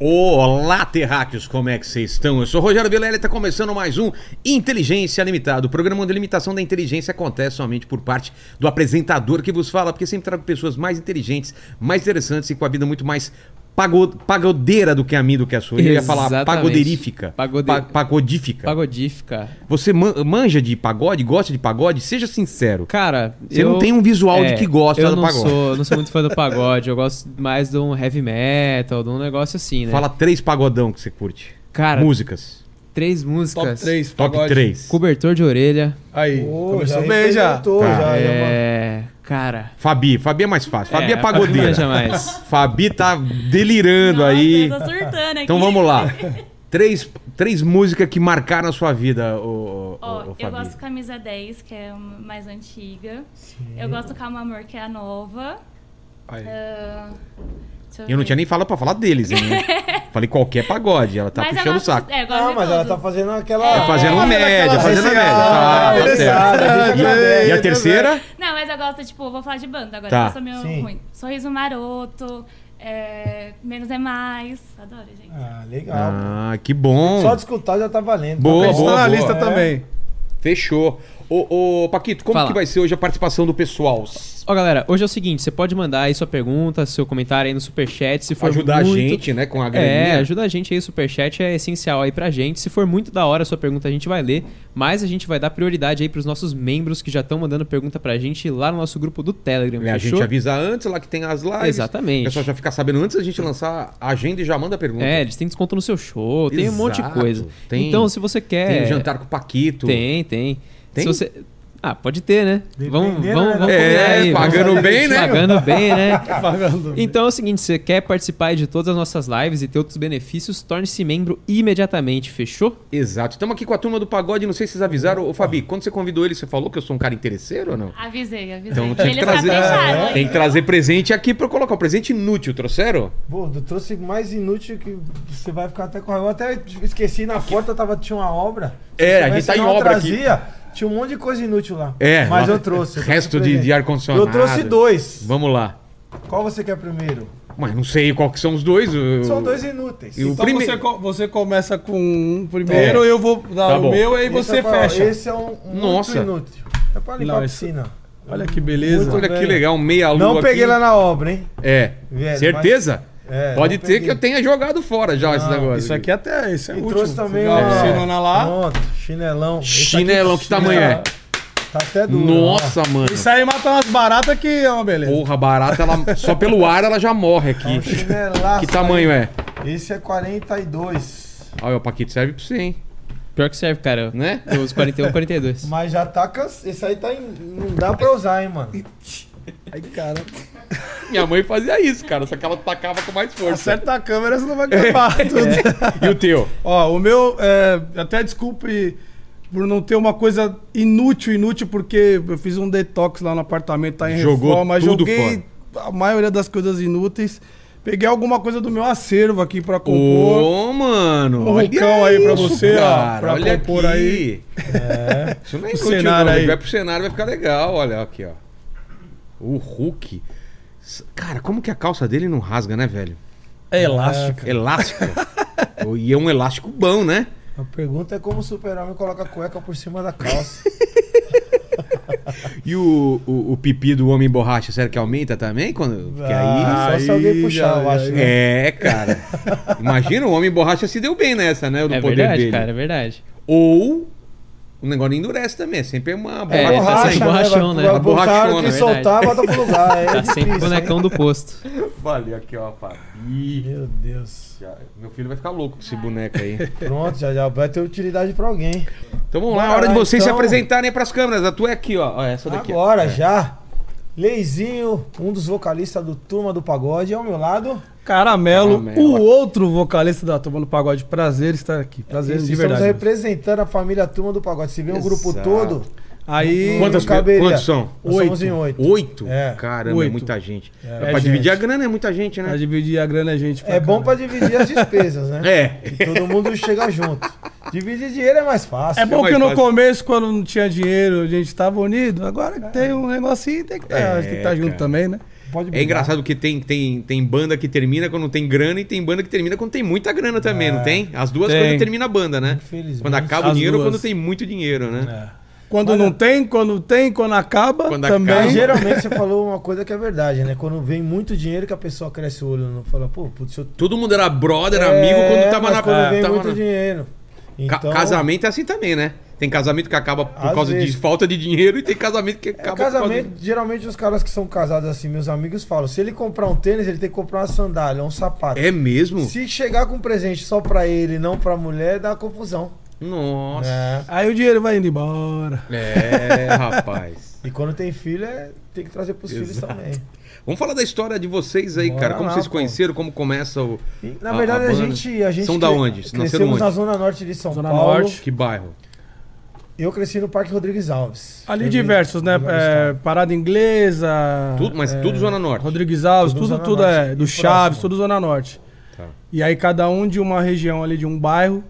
Olá, terráqueos, como é que vocês estão? Eu sou o Rogério Vilela e está começando mais um Inteligência Limitada. O programa onde a limitação da inteligência acontece somente por parte do apresentador que vos fala, porque sempre trago pessoas mais inteligentes, mais interessantes e com a vida muito mais pagod- pagodeira do que a minha, do que a sua. Eu ia falar Exatamente. pagoderífica. Pagode- Pa- pagodífica. Pagodífica. Você man- manja de pagode? Gosta de pagode? Seja sincero. Cara, é, Você não tem um visual de que gosta eu do não pagode. Sou, eu não sou muito fã do pagode, eu gosto mais de um heavy metal, de um negócio assim, né? Fala três pagodão que você curte. Cara, Músicas. três Top músicas. 3, Top três. Cobertor de orelha. Aí, Pô, começou já bem já. arrebentou, Tá. já, já, mano. é, cara. Fabi, Fabi é mais fácil. Fabi é, a pagodeira. Fabi manja mais. Fabi tá delirando Nossa, aí. eu tô surtando aqui. Então vamos lá. Três, três músicas que marcaram a sua vida, ô, ô, Ó, ô, ô, eu Fabi. gosto do Camisa 10, que é uma mais antiga. Eu gosto do Calma Amor, que é a nova. Aí. Ah, deixa Eu não ver. tinha nem fala pra falar deles, né? Falei qualquer pagode, ela tá Mas eu puxando o gosto- saco. É, eu gosto Não, de mas ela todos. tá fazendo aquela. Tá fazendo uma média, aquela fazendo é a média. Ah, Tá, tá interessada, certo. deixa pra E- E a dentro, terceira? Não, mas eu gosto, tipo, vou falar de banda agora, Tá. que eu sou meio Sim. ruim. Sorriso Maroto, é, Menos é Mais. Adoro, gente. Ah, legal. Ah, que bom. Só de escutar já tá valendo. Boa, Tá Tá bom. boa, na boa. lista É. também. Fechou. Ô, ô, Paquito, como Fala. que vai ser hoje a participação do pessoal? S- Ó, galera, hoje é o seguinte, você pode mandar aí sua pergunta, seu comentário aí no Superchat, se for Ajudar muito... a gente, né, com a É, graninha. ajuda a gente aí, o Superchat é essencial aí pra gente. Se for muito da hora a sua pergunta, a gente vai ler, mas a gente vai dar prioridade aí pros nossos membros que já estão mandando pergunta pra gente lá no nosso grupo do Telegram, É, a gente fechou? avisa antes lá que tem as lives. O Exatamente. pessoal já fica sabendo antes da gente lançar a agenda e já manda a pergunta. É, eles têm desconto no seu show, tem um monte de Exato, coisa. tem- então, se você quer... Tem o jantar com o Paquito. Tem, tem. É. Tem? Se você... Ah, pode ter, né? Vamos, Dependendo, vamos, né? vamos É, combinar aí, vamos- pagando bem, né? Pagando bem, né? Pagando. Então é o seguinte, você quer participar de todas as nossas lives e ter outros benefícios, torne-se membro imediatamente, fechou? Exato. Estamos aqui com a turma do pagode, não sei se vocês avisaram. Ô, Fabi, quando você convidou ele, você falou que eu sou um cara interesseiro ou não? Avisei, avisei. Então tem que Ele tá trazer. É. fechado. hein? Tem que trazer presente aqui pra eu colocar. O presente inútil, trouxeram? Pô, eu trouxe mais inútil que você vai ficar até com raiva. Eu até esqueci na porta, tava, tinha uma obra. É, a Se gente tá tivesse em não obra trazia, Tinha um monte de coisa inútil lá. É, Mas lá- eu trouxe. eu trouxe resto de- presente. de ar-condicionado. Eu trouxe dois. Vamos lá. Qual você quer primeiro? Mas não sei qual que são os dois. eu- São dois inúteis. E o Então prime- você, co- você começa com um primeiro, eu vou dar Tá o bom. meu e aí Esse você é pra- fecha. Esse é um muito Nossa. inútil. É pra limpar Não, a esse- piscina. Olha que beleza. Olha que velho. legal, meia lua. né? Não peguei aqui. lá na obra, hein? É. Velho, Certeza? É, Pode não ter peguei. que eu tenha jogado fora já esse Não, negócio. Isso aqui até esse é E o último. trouxe também Dá uma uma piscinona lá. Pronto, chinelão. Esse aqui- Chinelão, que tamanho é? Tá até duro. é- Nossa, mano. Isso aí mata umas baratas que é uma beleza. Porra, barata, ela... só pelo ar ela já morre ó. Um aqui. chinelaço Que tamanho é? aí. Esse é 42. Olha, o Paquito serve pra você, hein? Pior que serve, cara. Né? Eu uso 41, 42. Mas já tá cansado. Esse aí tá em... não dá pra usar, hein, mano. Ai, cara. Minha mãe fazia isso, cara, só que ela tacava com mais força. É. Acerta a câmera, você não vai gravar tudo. E o teu? Ó, o meu, é, até desculpe por não ter uma coisa inútil, inútil, porque eu fiz um detox lá no apartamento, tá em Jogou reforma, tudo joguei a maioria das coisas inúteis. Peguei alguma coisa do meu acervo aqui pra compor. Ô, mano. Um olha roncão aí pra você, ó, cara, pra olha compor aqui. Isso não é O inútil, cenário não. aí. Vai pro cenário, vai ficar legal. Olha aqui, ó. O Hulk. S- Cara, como que a calça dele não rasga, né, velho? É elástico. Elástico. e é um elástico bom, né? A pergunta é como o super-homem coloca a cueca por cima da calça. E o, o, o pipi do homem borracha, será que aumenta também? Quando, porque aí... Ah, Só se Aí alguém puxar, já- eu acho. né? É, cara. Imagina, o homem borracha se deu bem nessa, né? Do É poder verdade, dele. cara, é verdade. Ou o negócio endurece também. é Sempre uma É, ele tá borracha. saindo. borrachão, né? Vai, vai Uma botar a hora borrachona, que é soltar, bota pro lugar. É Tá sempre difícil, o bonecão hein? do posto. Valeu, aqui, ó, Fabi. Meu Deus. Já- Meu filho vai ficar louco com esse boneco aí. Pronto, já, já vai ter utilidade pra alguém. Então vamos lá, Bora a hora de lá, vocês se então. apresentarem pras câmeras. A tua é aqui, ó. ó essa daqui. ó. Agora É. já. Leizinho, um dos vocalistas do Turma do Pagode, ao meu lado. Caramelo, Caramelo. o outro vocalista da Turma do Pagode. Prazer estar aqui. Prazer É, Isso, de estamos verdade. representando a família Turma do Pagode. Se vê um grupo Exato. todo, um Aí, Quantas- caberia. quantos são? Nós Oito. somos em oito. Oito? É, Caramba, é oito. muita gente. É, É, pra gente. dividir a grana é muita gente, pra né? dividir a grana, a gente. É bom pra dividir as despesas, né? É. Todo mundo chega junto. Dividir dinheiro é mais fácil. É bom mais que no fácil. começo, quando não tinha dinheiro, a gente tava unido. Agora que tem um negocinho, tem que É, estar junto cara. também, né? Pode É brigar. engraçado que tem, tem, tem banda que termina quando tem grana e tem banda que termina quando tem muita grana também, não tem? As duas Tem. quando termina a banda, né? É. Infelizmente. É. Quando acaba o As dinheiro ou duas. quando tem muito dinheiro, né? Quando não tem, quando tem, quando acaba, Quando também. acaba. Mas geralmente você falou uma coisa que é verdade, né? Quando vem muito dinheiro que a pessoa cresce o olho, não fala, pô, putz, eu É, Todo mundo era brother, amigo quando tava mas na Ah, quando vem tava muito na- dinheiro. Ca- Então, Casamento é assim também, né? Tem casamento que acaba por Às causa vezes. de falta de dinheiro e tem casamento que é, acaba casamento, por causa geralmente os caras que são casados assim, meus amigos falam, se ele comprar um tênis, ele tem que comprar uma sandália, um sapato. de... É mesmo? Se chegar com um presente só pra ele, e não pra mulher, dá confusão. Nossa. É. Aí o dinheiro vai indo embora. É, rapaz. E quando tem filho, é- tem que trazer pros filhos Exato. também. Vamos falar da história de vocês aí, Bora cara. Como lá, vocês pô. conheciam, como começa o. E, na A- verdade, a a, banda- gente, a gente. Ah, São da onde? Nasceram Crescemos onde? na zona norte de São Zona Paulo. Norte. Que bairro? Eu cresci no Parque Rodrigues Alves. Ali Eu vi- diversos, né? lugares É, tal. parada inglesa. tá. Tudo, mas é, tudo Zona Norte. Rodrigues Alves, Tudo tudo, Zona tudo, Norte. é. E Do Chaves, próximo. tudo Zona Norte. Tá. E aí cada um de uma região ali, de um bairro.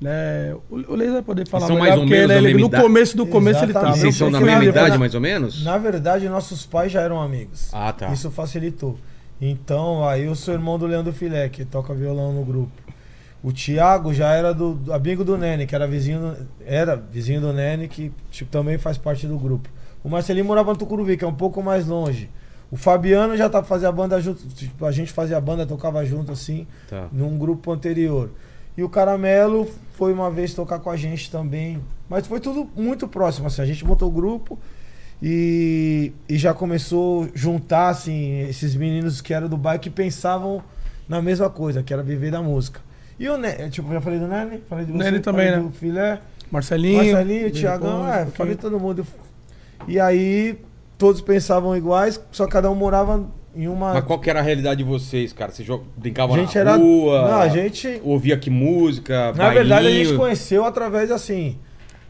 Né? O o Leis vai poder falar são melhor, mais ou porque né, menos da ele, ele, mesma no idade? começo do começo ele é tá. Exatamente. E vocês Sim, são eu na sei que mesma nada, idade, eu- mais ou menos? Na verdade, nossos pais já eram amigos. Ah, tá. Isso facilitou. Então, aí eu sou irmão do Leandro Filé, que toca violão no grupo. O Thiago já era do, do amigo do Nene, que era vizinho do, era vizinho do Nene, que tipo, também faz parte do grupo. O Marcelinho morava no Tucuruvi, que é um pouco mais longe. O Fabiano já tá fazia a banda junto, tipo, a gente fazia a banda, tocava junto assim, Tá. num grupo anterior. E o Caramelo foi uma vez tocar com a gente também. Mas foi tudo muito próximo, assim. A gente montou o grupo e, e já começou juntar, assim, esses meninos que eram do bairro que pensavam na mesma coisa, que era viver da música. E o Nene, tipo, já falei do Nene, falei do Nene também, falei né? do Filé, Marcelinho. Então, Marcelinho, depois, Thiagão, é, depois. falei todo mundo. E aí, todos pensavam iguais, só cada um morava em uma... Mas qual que era a realidade de vocês, cara? Vocês jo- brincavam a gente na era... rua? Não, a gente... Ouvia que música? Na verdade, a gente bailinho? conheceu através, assim...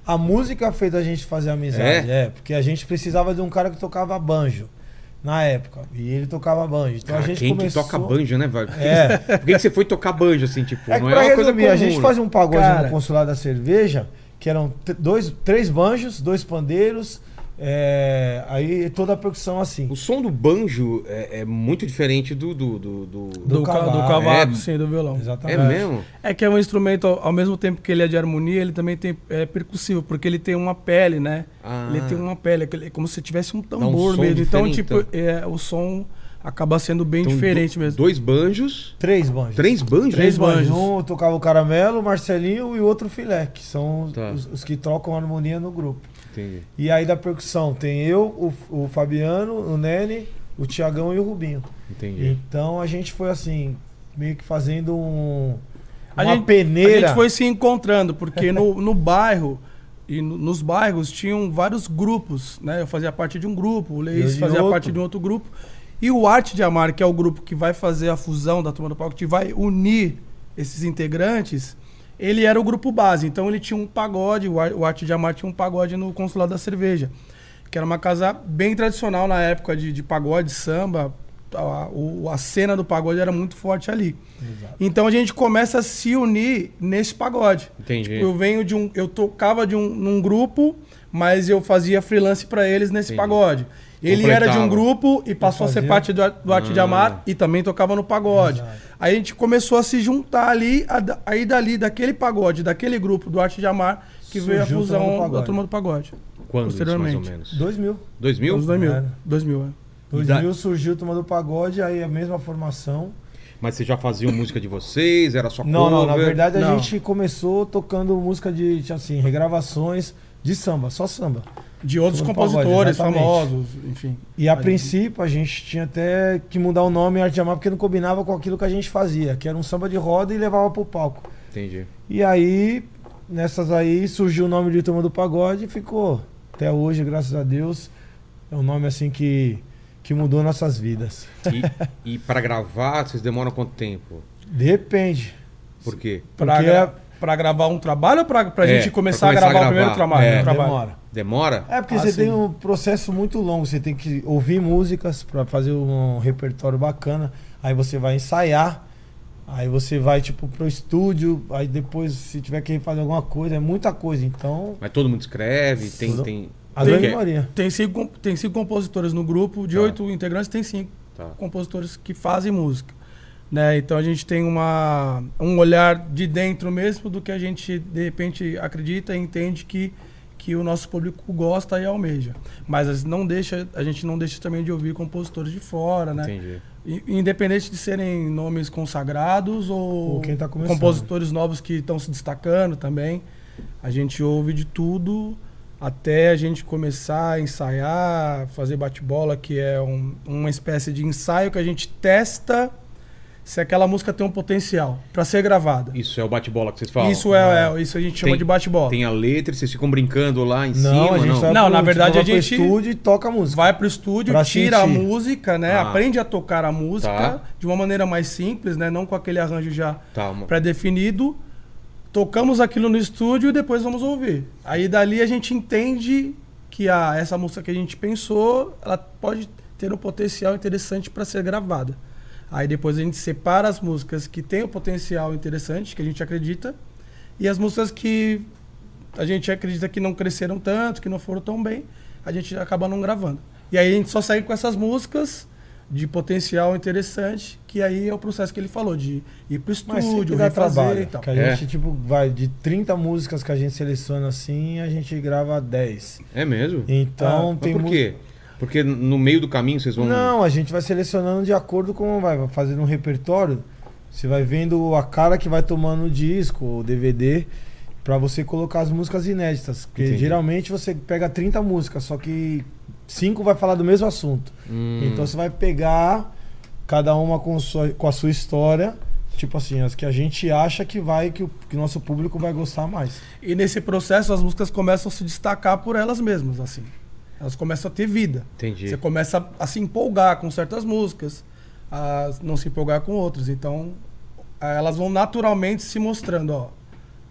A música fez a gente fazer amizade, é? porque a gente precisava de um cara que tocava banjo na época. E ele tocava banjo. Então Cara, a gente quem é começou... que toca banjo, né, velho? Por que É. que- Por que, que você foi tocar banjo, assim, tipo? É que não é pra uma coisa resumir, comum, a gente né? fazia um pagode Cara. no consulado da cerveja, que eram t- dois, três banjos, dois pandeiros, é, aí toda a percussão assim. O som do banjo é, é muito diferente do... do, do, do- Do, Do ca- do cavaco. cavaco, É. sim, do violão. É Exatamente. mesmo? É que é um instrumento, ao ao mesmo tempo que ele é de harmonia, ele também tem, é percussivo, porque ele tem uma pele, né? Ah. Ele tem uma pele, aquele- é como se tivesse um um tambor som mesmo. Então, diferente, né? tipo, é, o som acaba sendo bem Então, diferente do- mesmo. Dois banjos... Três banjos. Três banjos? Três banjos. banjos. Um tocava o caramelo, o Marcelinho e o outro o filé, que são Tá. os, os que trocam a harmonia no grupo. Entendi. E aí da percussão tem eu, o, o Fabiano, o Nene, o Tiagão e o Rubinho. Entendi. Então a gente foi assim, meio que fazendo um, A uma gente- peneira. A gente foi se encontrando, porque no, no bairro e no- nos bairros tinham vários grupos, né? Eu fazia parte de um grupo, o Eu Leis de é fazia outro. parte de um outro grupo. E o Arte de Amar, que é o grupo que vai fazer a fusão da Turma do Palco, que vai unir esses integrantes, ele era o grupo base. Então ele tinha um pagode, o Ar- o Arte de Amar tinha um pagode no Consulado da Cerveja, que era uma casa bem tradicional na época de, de pagode, samba. A, o- a cena do pagode era muito forte ali. Então a gente começa a se unir nesse pagode. Entendi. Tipo, eu venho de um. Eu tocava de um, num grupo, mas eu fazia freelance pra eles nesse Entendi. pagode. Ele era de um Completava. grupo e passou a ser fazia. parte do, Ar- do Arte de Ah. Amar e também tocava no pagode. Aí a gente começou a se juntar ali, a da- aí dali, daquele pagode, daquele grupo do Arte de Amar, que veio a Surgiu a Turma do fusão da Pagode. turma do pagode. Quando isso, mais ou Posteriormente. menos? Dois mil. 2000? Anos 2000. Cara. 2000, é. E da- 2000 surgiu Tomando Pagode, aí a mesma formação. Mas vocês já faziam música de vocês? Era só Não, não, na cover? verdade a Não. gente começou tocando música de, de, assim, regravações de samba, só samba. De outros Turma do Pagode, compositores exatamente. famosos, enfim. E a Aí- princípio a gente tinha até que mudar o nome em Arte de Amar porque não combinava com aquilo que a gente fazia, que era um samba de roda e levava pro palco. Entendi. E aí, nessas aí, surgiu o nome de Turma do Pagode e ficou até hoje, graças a Deus. É um nome assim que, que mudou nossas vidas. E, e pra gravar, vocês demoram quanto tempo? Depende. Por quê? Pra, Porque gra- pra gravar um trabalho ou pra, pra É, gente pra começar, começar a gravar, a o gravar. primeiro trabalho? É. Um trabalho. né? Demora. Demora? É porque Ah, você sim. tem um processo muito longo, você tem que ouvir músicas pra fazer um repertório bacana, aí você vai ensaiar, Aí você vai, tipo, pro estúdio, aí depois, se tiver que fazer alguma coisa, é muita coisa. Então, Mas todo mundo escreve, tem. Todo- tem... a grande Porque- maioria. Tem cinco, com- tem cinco compositores no grupo, de Tá. oito integrantes, tem cinco Tá. compositores que fazem música. Né? Então a gente tem uma, um olhar de dentro mesmo do que a gente de repente acredita e entende que, que o nosso público gosta e almeja. Mas as- não deixa, a gente não deixa também de ouvir compositores de fora, né? Entendi. I- Independente de serem nomes consagrados ou, Ou quem tá começando. compositores novos que estão se destacando também, a gente ouve de tudo até a gente começar a ensaiar, fazer bate-bola, que é um- uma espécie de ensaio que a gente testa se aquela música tem um potencial para ser gravada. Isso é o bate-bola que vocês falam? isso é, é- isso a gente chama Tem- de bate-bola. Tem a letra, vocês ficam brincando lá em cima? a gente não? vai Não, na tipo, verdade, vai a pro gente- estúdio e toca a música. Vai pro estúdio, Pra tira a sentir. música, né? Ah. Aprende a tocar a música Tá. de uma maneira mais simples, né? Não com aquele arranjo já Tá, uma- pré-definido. Tocamos aquilo no estúdio e depois vamos ouvir. Aí dali a gente entende que a, essa música que a gente pensou, ela pode ter um potencial interessante para ser gravada. Aí depois a gente separa as músicas que têm o potencial interessante, que a gente acredita, e as músicas que a gente acredita que não cresceram tanto, que não foram tão bem, a gente acaba não gravando. E aí a gente só segue com essas músicas de potencial interessante, que aí é o processo que ele falou, de ir pro Mas sempre estúdio, dá refazer trabalho. e tal. Que a É. gente, tipo, vai de 30 músicas que a gente seleciona assim, a gente grava 10. É mesmo? Ah, Então, Mas tem por mu- quê? Porque no meio do caminho vocês vão. Não, a gente vai selecionando de acordo com vai vai fazendo um repertório. Você vai vendo a cara que vai tomando o disco ou DVD pra você colocar as músicas inéditas, porque Entendi. geralmente você pega 30 músicas, só que cinco vai falar do mesmo assunto. Hum, Então você vai pegar cada uma com, sua, com a sua história, tipo assim, as que a gente acha que vai que o que o nosso público vai gostar mais. E nesse processo as músicas começam a se destacar por elas mesmas, assim. Elas começam a ter vida. Entendi. Você começa a, a se empolgar com certas músicas, a não se empolgar com outras. Então, a- elas vão naturalmente se mostrando, ó.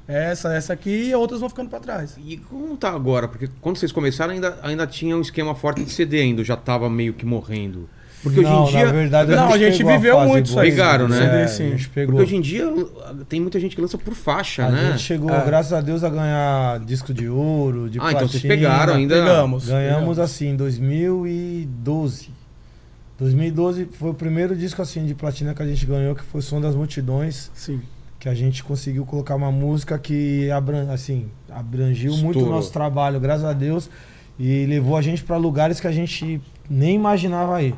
Essa, essa aqui e outras vão ficando pra trás. E como tá agora? Porque quando vocês começaram ainda, ainda tinha um esquema forte de CD ainda, eu já tava meio que morrendo. Porque Não, hoje em dia. na verdade, Não, a gente pegou viveu fase muito isso boa aí. do Pegaram, né? CD, É, sim. a A gente gente Porque pegou. hoje em dia tem muita gente que lança por faixa, A né? gente chegou, É. graças a Deus, a ganhar disco de ouro, de Ah, então vocês platina. pegaram ainda. Pegamos. Ganhamos assim em 2012. 2012 foi o primeiro disco assim de platina que a gente ganhou, que foi Som das Multidões, Sim. que a gente conseguiu colocar uma música que abran assim, abrangiu muito o Estourou. nosso trabalho, graças a Deus, e levou a gente para lugares que a gente nem imaginava ir.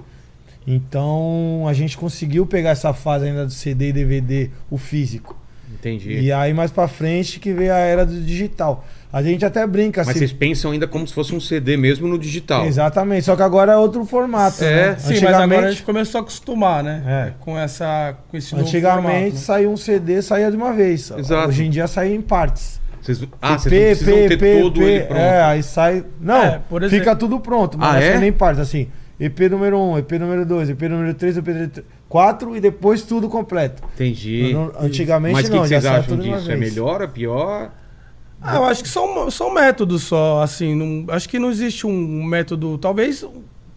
Então, a gente conseguiu pegar essa fase ainda do CD e DVD, o físico. Entendi. E aí mais pra frente que veio a era do digital. A gente até brinca Mas se- vocês pensam ainda como se fosse um CD mesmo no digital. Exatamente, só que agora é outro formato. É. né? Sim, mas agora a gente começou a acostumar, né? Com, essa, com esse novo Antigamente formato, né? saiu um CD, saía de uma vez. Exato. Hoje em dia saiu em partes. Vocês- Ah, vocês P, não precisam P, ter P, todo P, ele pronto. É, aí sai. Não, É, por exemplo- fica tudo pronto, mas Ah, não é? saindo em partes, assim. EP número 1, EP número 2, EP número 3, EP número 4 e depois tudo completo. Entendi. Não- Antigamente Mas o que, não, que já vocês saía acham tudo de uma disso? É vez. melhor, é pior? Ah, eu acho que são, são métodos só, assim. não- acho que não existe um método. Talvez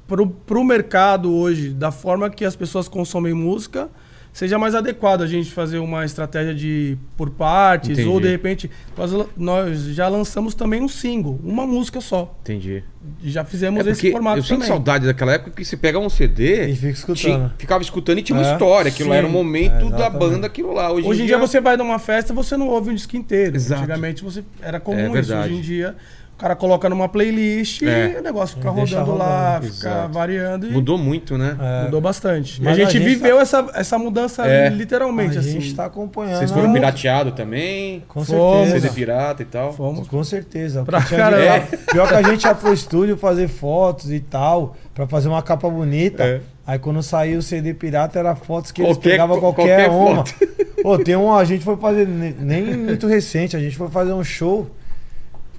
pro, pro mercado hoje, da forma que as pessoas consomem música, seja mais adequado a gente fazer uma estratégia de por partes, Entendi. ou de repente. Nós, la- nós já lançamos também um single, uma música só. Entendi. E Já É fizemos porque esse formato eu sinto também. saudade daquela época que você pegava um CD E fica escutando. tinha- ficava escutando e tinha uma É. história. Aquilo lá era o Sim. É, momento da exatamente. banda, aquilo lá. Hoje, Hoje em dia, você vai numa festa, você não ouve o disco inteiro. Exato. Antigamente você era É comum isso. verdade. Hoje em dia, o cara coloca numa playlist e É. o negócio fica E deixa rodando lá, rodando. fica Exato. variando e mudou, Mudou muito, né? É. bastante. E Mas a gente a gente viveu essa, essa mudança É. literalmente, a assim. gente tá acompanhando. Vocês foram a- pirateados também? Com Fomos. certeza. CD pirata e tal? tá, Fomos. Com certeza. Pra Tinha caramba. de- é, Pior que a gente ia pro estúdio fazer fotos e tal, pra fazer uma capa bonita. É. Aí quando saiu o CD pirata, era fotos que Qualquer- eles pegavam co- qualquer, qualquer uma. foto. Ô, tem um, a gente foi fazer, ne- nem muito recente, a gente foi fazer um show.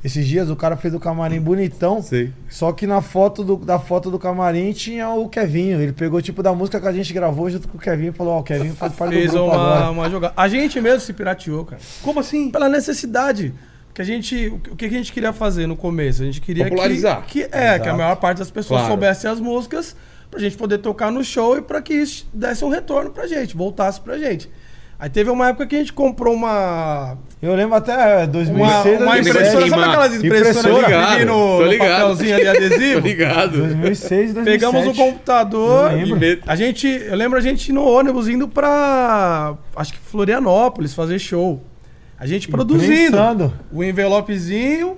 Esses dias o cara fez o camarim bonitão. Sei. Só que na foto do, da foto do camarim tinha o Kevinho. Ele pegou tipo da música que a gente gravou junto com o Kevinho e falou: Ó, o Kevinho faz parte do Fez grupo uma, agora. uma jogada. A gente mesmo se pirateou, cara. Como assim? Pela necessidade. Que a gente, o que o que a gente queria fazer no começo? A gente queria que- Popularizar. Que, é, que a Exato. maior parte das pessoas Claro. soubesse as músicas pra gente poder tocar no show e pra que isso desse um retorno pra gente, voltasse pra gente. Aí teve uma época que a gente comprou uma. Eu lembro até é, Uma, 2006, uma lembro 2007. impressora, de sabe uma- aquelas impressora, impressoras que ligado, vem tô no, no ligado. papelzinho ali Tô adesivo? ligado. 2006, 2007. Pegamos um computador. Eu lembro. e- A gente, eu lembro a gente no ônibus indo pra. Acho que Florianópolis fazer show. A gente produzindo. Pensando. O envelopezinho,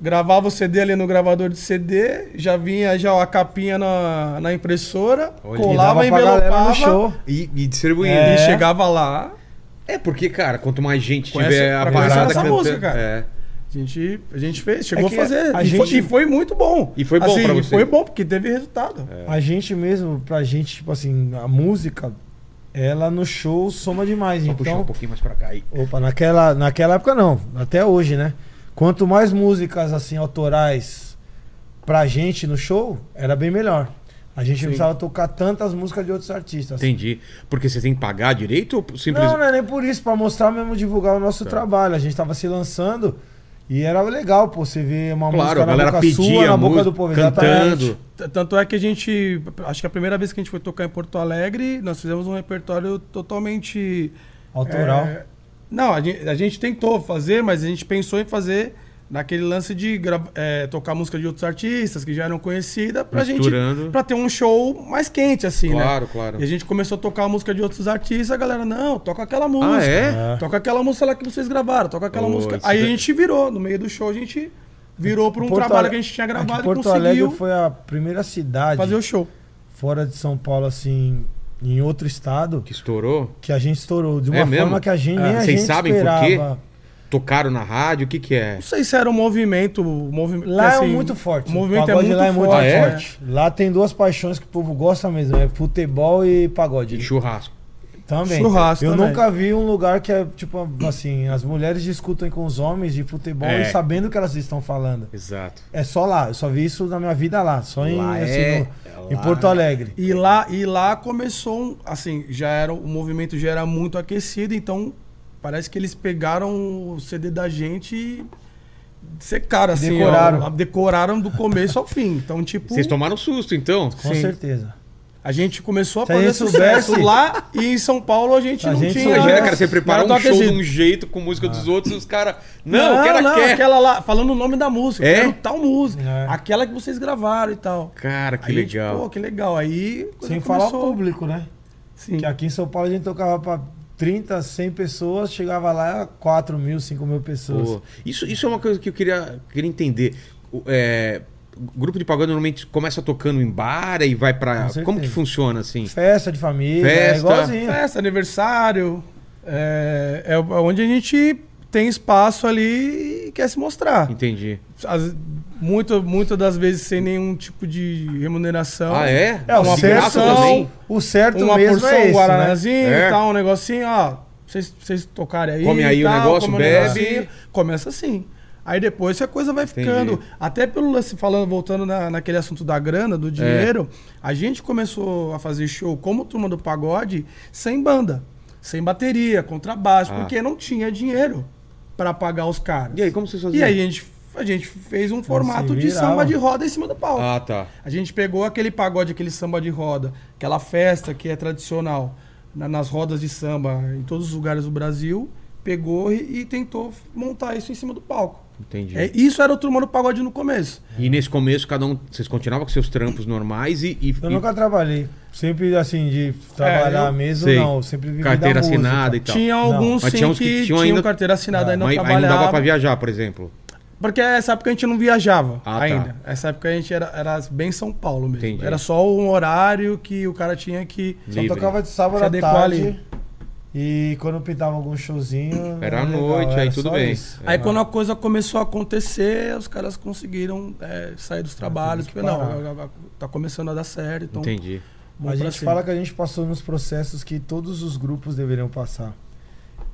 gravava o CD ali no gravador de CD, já vinha já a capinha na, na impressora, Olha. colava, E dava pra galera envelopava no show. E, e distribuindo. e É. chegava lá. É. porque, cara, quanto mais gente Conhece- tiver a pra conhecer parada essa cantando- música, cara. É. A gente, a gente fez, chegou É que a fazer. a e, foi, gente- e foi muito bom. Assim, E foi bom pra e você. Foi bom, porque teve resultado. A gente mesmo, pra gente, tipo assim, a música, ela no show soma demais. Só puxar um então, pouquinho mais pra cá aí. opa, naquela, naquela época não, até hoje, né? Quanto mais músicas, assim, autorais pra gente no show, era bem melhor. A gente não precisava tocar tantas músicas de outros artistas. Entendi. Porque você tem que pagar direito ou Não, simplesmente. não é nem por isso, pra mostrar mesmo, divulgar o nosso Tá. trabalho. A gente tava se lançando e era legal, pô, você ver uma Claro, música a galera na boca pedia sua, a na boca música, do povo. cantando. exatamente. T- Tanto é que a gente. Acho que a primeira vez que a gente foi tocar em Porto Alegre, nós fizemos um repertório totalmente. Autoral. é, não, a gente, a gente tentou fazer, mas a gente pensou em fazer naquele lance de grava- é, tocar música de outros artistas que já eram conhecidas pra gente. Misturando. pra ter um show mais quente, assim, né? Claro, claro. E a gente começou a tocar a música de outros artistas, a galera, não, toca aquela música. Ah, é? É. Toca aquela música lá que vocês gravaram, toca aquela Ô, música. isso Aí a daí- gente virou, no meio do show a gente virou para um Porto trabalho Ale- que a gente É tinha Aqui, gravado e Porto conseguiu Alegre foi a primeira cidade fazer o show. fora de São Paulo, assim, em outro estado, Que estourou? que a gente estourou. De uma É forma mesmo? que a gente nem a Vocês gente sabem por esperava. quê? Tocaram na rádio? O que que é? Não sei se era um movimento. um movimento Lá assim, é muito forte. O movimento é pagode muito lá é muito Ah, forte. é? né? forte. Lá tem duas paixões que o povo gosta mesmo, é futebol e pagode. De churrasco. Também. Churrasco Eu também. nunca vi um lugar que é, tipo, assim, as mulheres discutem com os homens de futebol É. e sabendo o que elas estão falando. Exato. É só lá, eu só vi isso na minha vida lá, só em, Lá assim, é, no- é em lá. Porto Alegre. E lá, e lá começou, um- assim, já era o movimento já era muito aquecido, então parece que eles pegaram o CD da gente e secaram, assim, ó, Decoraram. decoraram do começo ao fim. Então, tipo, Vocês tomaram susto, então? Com Sim. certeza. a gente começou a Se a fazer gente sucesso soubesse- lá e em São Paulo a gente é A não gente tinha. Imagina, Nossa, cara, você preparar não um era tão show de aquecido. um jeito com música dos outros e os caras. Não, Não, quero não, aquela. aquela lá, falando o nome da música, É? quero tal música, É. aquela que vocês gravaram e tal. Cara, que Aí, legal. Tipo, pô, que legal. Aí. a coisa Sem falar o começou. público, né? Sim. Que aqui em São Paulo a gente tocava pra 30, 100 pessoas, chegava lá 4 mil, 5 mil pessoas. Pô, isso, isso é uma coisa que eu queria, queria entender. O, é, grupo de pagode normalmente começa tocando em bar e vai pra. Com Como certeza. que funciona assim? Festa de família, Festa. é igualzinho. Festa, aniversário. É, é onde a gente tem espaço ali e quer se mostrar. Entendi. As- Muitas muitas das vezes sem nenhum tipo de remuneração. Ah, é? É, o Uma De certo, graça porção, também? o certo Uma mesmo porção, é um esse, né? guaranazinho É. e tal, um negocinho, ó. Vocês vocês tocarem aí. Come aí e o tal, negócio, come o bebe. negocinho. Começa assim. Aí depois a coisa vai ficando. Entendi. Até pelo lance, falando, voltando na- naquele assunto da grana, É. do dinheiro, a gente começou a fazer show como turma do pagode, sem banda, sem bateria, contrabaixo, Ah. porque não tinha dinheiro pra pagar os caras. E aí, como vocês faziam? E aí a gente, a gente fez um formato de virava. samba de roda em cima do palco. Ah, tá. A gente pegou aquele pagode, aquele samba de roda, aquela festa que é tradicional na- nas rodas de samba em todos os lugares do Brasil, pegou e, e tentou f- montar isso em cima do palco. Entendi. É, isso era o Turma do Pagode no começo. E nesse começo, cada um. Vocês continuavam com seus trampos normais e. e- Eu e- nunca trabalhei. Sempre assim, de trabalhar eu- mesmo, É, Sei. não. Sempre vivi Carteira da música. assinada e tal. Tinha alguns Então, Mas sim, tinha uns que que tinham tinham ainda- Ah, carteira assinada e não mas, aí não trabalhava. dava pra viajar, por exemplo. Porque essa época a gente não viajava Ah, tá. ainda. Essa época a gente era, era bem São Paulo mesmo. Entendi. Era só um horário que o cara tinha que. Só Livre. tocava de sábado Se à adequar tarde. ali. E quando pintava algum showzinho. Era à legal, noite, era aí tudo só bem. isso. É. Aí quando a coisa começou a acontecer, os caras conseguiram é, sair dos trabalhos. teve que Porque, não, parar. agora tá começando a dar certo, então Entendi. A gente fala que a gente passou nos processos que todos os grupos deveriam passar.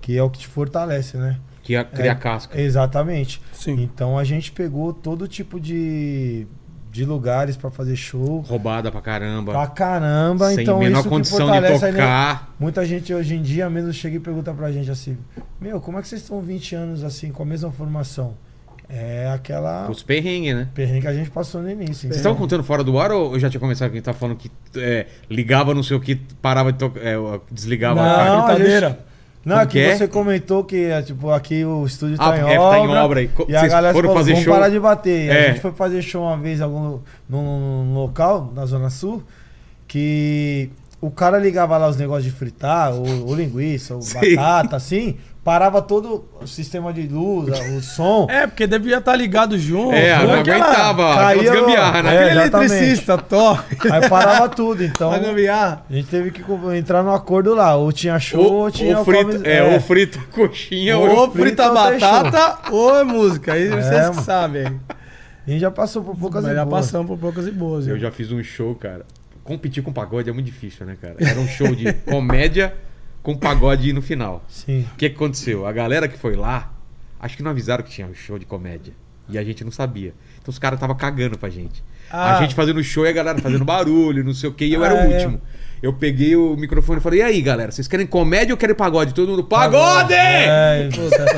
Que é o que te fortalece, né? Que ia criar casca. Exatamente. Sim. Então a gente pegou todo tipo de, de lugares pra fazer show. Roubada pra caramba. Pra caramba, sem então menor isso condição que de fortalece a tocar. Muita gente hoje em dia mesmo chega e pergunta pra gente assim: Meu, como é que vocês estão 20 anos assim, com a mesma formação? É aquela Os perrengues, né? perrengue que a gente passou no início. Vocês entendeu? estavam contando fora do ar ou eu já tinha começado quem tá falando que é, ligava não sei o que, parava de tocar, é, desligava Não, a a caixa? gente- Fritadeira. Não, Como é que que é? você comentou que é, tipo, aqui o estúdio Ah, tá, em porque é, tá obra, em obra, e co- E a vocês galera foram falou, fazer vamos show?" parar de bater. E É. A gente foi fazer show uma vez em algum, num, num local, na Zona Sul, que o cara ligava lá os negócios de fritar, ou, ou linguiça, ou Sim. batata, assim, parava todo o sistema de luz, o som. É, porque devia estar ligado junto. É, não aguentava. caiu- Aquelas gambiarra, né? É, Aquele exatamente. eletricista, Thor. Aí parava tudo, então. Vai gambiarra. A gente teve que co- entrar num acordo lá. Ou tinha show, ou, Ou, tinha ou frita, come- é, ou frita coxinha, ou, Ou frito frita ou fechou. batata ou é música. Aí vocês que mano. sabem. A gente já passou por poucas Mas já boas. passamos por poucas e boas. Eu né? já fiz um show, cara. Competir com pagode é muito difícil, né, cara? Era um show de comédia com pagode no final. Sim. O que que aconteceu? A galera que foi lá, acho que não avisaram que tinha um show de comédia. E a gente não sabia. Então os caras estavam cagando pra gente. A Ah. gente fazendo show e a galera fazendo barulho, não sei o quê, e eu era Ah, o é. último. Eu peguei o microfone e falei: e aí, galera, vocês querem comédia ou querem pagode? Todo mundo, pagode! É, tá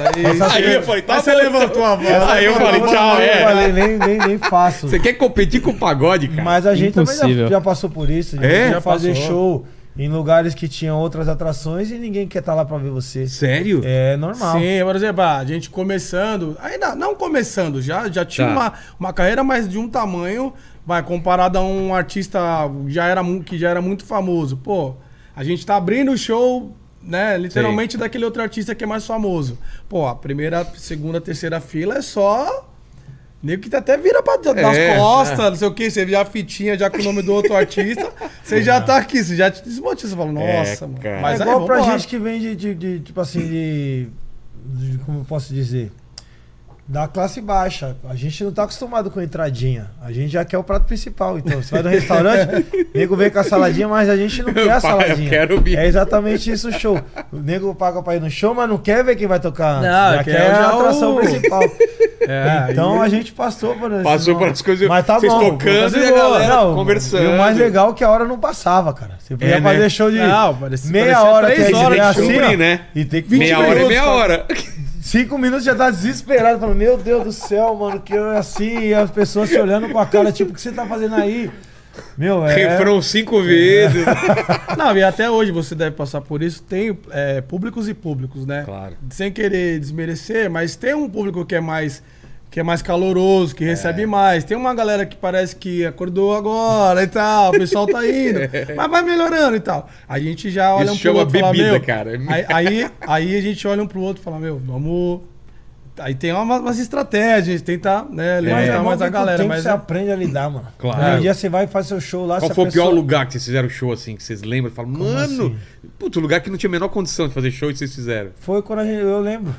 Aí eu falei, tá Aí você bom, levantou a voz. Aí eu falei, tchau, Eu é. falei, nem, nem, nem faço. Você quer competir com pagode, cara? Mas a gente também Impossível. já, já passou por isso. A gente É? ia fazer Passou. show em lugares que tinham outras atrações e ninguém quer estar lá pra ver você. Sério? É normal. Sim, por exemplo, ah, a gente começando, ainda não começando, já, já tinha Tá. uma, uma carreira, mas de um tamanho, vai, comparado a um artista já era, mu- que já era muito famoso. Pô, a gente tá abrindo o show, né, literalmente daquele outro artista que é mais famoso. Pô, a primeira, segunda, terceira fila é só... Nego que até vira pra das É, costas, não sei o que, você vê a fitinha já com o nome do outro artista, você já tá aqui, você já te desmotiva, você fala, É, nossa, mano. cara. Mas aí, é igual pra vambora. gente que vem de, de- de, tipo assim, de, de- Como eu posso dizer? Da classe baixa. A gente não tá acostumado com entradinha. A gente já quer o prato principal. Então, você vai no restaurante, o nego vem com a saladinha, mas a gente não quer a Pai, eu saladinha. quero o bife. É exatamente isso o show. O nego paga pra ir no show, mas não quer ver quem vai tocar antes. Não, já quer quer já a atração o- principal. É, então aí- a gente passou por esses Passou por momentos. as coisas- Mas tá vocês bom. tocando e a Não, galera não, conversando. E o mais legal é que a hora não passava, cara. Você né? podia fazer show de Não, parecia- meia parecia hora, três três horas horas de show. assim, ó, Cumprir, né? E tem que Meia hora é meia hora. Cinco minutos já tá desesperado, falando, meu Deus do céu, mano, que eu é assim, e as pessoas te olhando com a cara, tipo, o que você tá fazendo aí? Meu, é... Refrão cinco vezes. Não, e até hoje você deve passar por isso. Tem é, públicos e públicos, né? Claro. Sem querer desmerecer, mas tem um público que é mais que é mais caloroso, que É. recebe mais. Tem uma galera que parece que acordou agora e tal, o pessoal tá indo, mas vai melhorando e tal. A gente já olha Isso um pro chama outro e fala, bebida, meu... cara. Aí, aí, aí a gente olha um pro outro e fala, meu, vamos... Aí tem uma- umas estratégias, tentar né, Mas É. tá é- levantar bom mais que a com o galera. tempo Mas é você aprende a lidar, mano. Claro. Um dia você vai e faz seu show lá, Qual se a foi o pior pessoa- assim?" lugar que vocês fizeram show assim, que vocês lembram? Falam, mano, puto, lugar que não tinha a menor condição de fazer show e vocês fizeram. Foi quando a gente, eu lembro.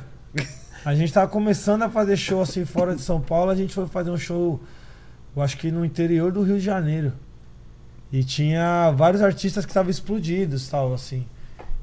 A gente tava começando a fazer show assim fora de São Paulo, a gente foi fazer um show, eu acho que no interior do Rio de Janeiro. E tinha vários artistas que estavam explodidos, tal, assim.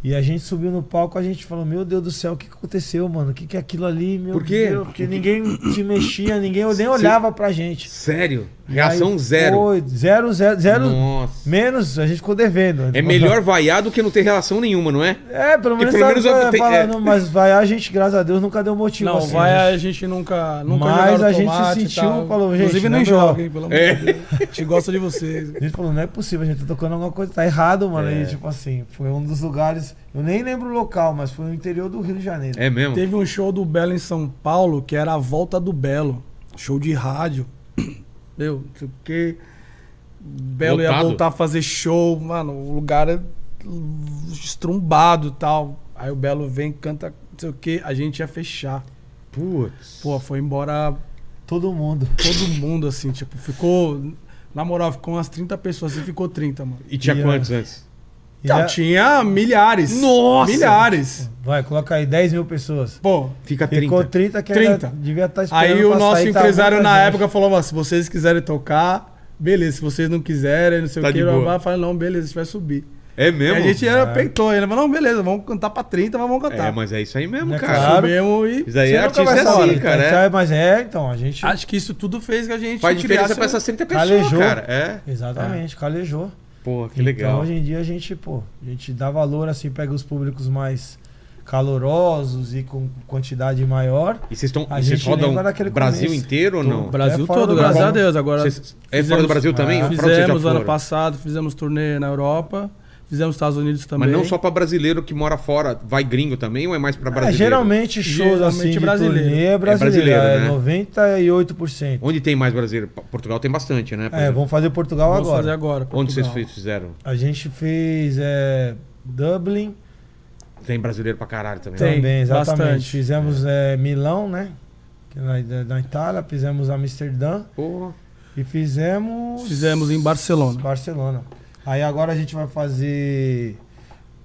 E a gente subiu no palco, a gente falou, meu Deus do céu, o que que aconteceu, mano? O que que é aquilo ali, meu Por quê? Deus? Porque ninguém se mexia, ninguém nem olhava pra gente. Sério? Reação Aí zero. foi zero, zero, zero. Nossa. Menos, a gente ficou devendo. É melhor vaiar do que não ter relação nenhuma, não é? É, pelo menos, pelo tá- menos eu tá tenho- falando, é. mas vai a gente, graças a Deus, nunca deu motivo não, assim. vai, né? a gente nunca, nunca Mas jogaram a gente tomate e sentiu, tal. falou, gente, Inclusive, não nem é melhor. joga, hein, pelo amor É. de Deus. A gente gosta de vocês. A gente falou, não é possível, a gente tá tocando alguma coisa, tá errado, mano. É. E tipo assim, foi um dos lugares, eu nem lembro o local, mas foi no interior do Rio de Janeiro. É mesmo? Teve um show do Belo em São Paulo, que era a Volta do Belo. Show de rádio. Meu, não sei o quê. Belo ia Lotado. voltar a fazer show, mano. O lugar é estrumbado e tal. Aí o Belo vem, canta, não sei o quê. A gente ia fechar. Putz. Pô, foi embora Todo mundo. todo mundo, assim, tipo, ficou. Na moral, ficou umas 30 pessoas, assim, ficou 30, mano. E tinha E, quantos antes? E Tá, Não, é- tinha milhares. Nossa! Milhares. Vai, coloca aí 10 mil pessoas. Pô, Fica 30. Ficou 30 que 30. era- devia estar esperando. aí o pra nosso sair, tá empresário muita na gente. época falou, "Ó, se vocês quiserem tocar, beleza. Se vocês não quiserem, não sei Tá o que, de blá, boa. blá, falei, não, beleza, a gente vai subir. É E mesmo? a gente era, peitou ainda, falou, não, beleza, vamos cantar pra 30, mas vamos cantar. É, mas é isso aí mesmo, É cara. claro. Subimos e... Isso aí Você é nunca artista vai assim, saber, cara. é. tá? Mas é, então, a gente. Acho que isso tudo fez que a gente Faz diferença criasse pra um- essas 30 pessoas, Calejou. cara. É. Exatamente, calejou. Pô, que Então legal. hoje em dia a gente, pô, a gente dá valor assim, pega os públicos mais calorosos e com quantidade maior. E vocês estão. A Vocês gente rodam lembra daquele Brasil começo. inteiro ou Tudo. não? Brasil É fora todo, do graças Brasil. a Deus. Agora Vocês- É fora do Brasil também? Ah, Pra onde vocês já Fizemos ano foram? passado, fizemos turnê na Europa, Fizemos nos Estados Unidos também. Mas não só pra brasileiro que mora fora, vai gringo também ou é mais pra É, brasileiro? geralmente shows Geralmente assim de brasileiro. turnê É é brasileiro, brasileiro, é, né? 98%. Onde tem mais brasileiro? Pa- Portugal tem bastante, né? Por É, exemplo. vamos fazer Portugal Vamos fazer agora. agora. Onde vocês Portugal. fe- fizeram? A gente fez é, Dublin Tem brasileiro pra caralho também. Tem. né? também, exatamente. bastante. Fizemos é, Milão, né? Que é Na, na Itália, fizemos Amsterdã Porra. e fizemos. Fizemos em Barcelona. Barcelona. Aí agora a gente vai fazer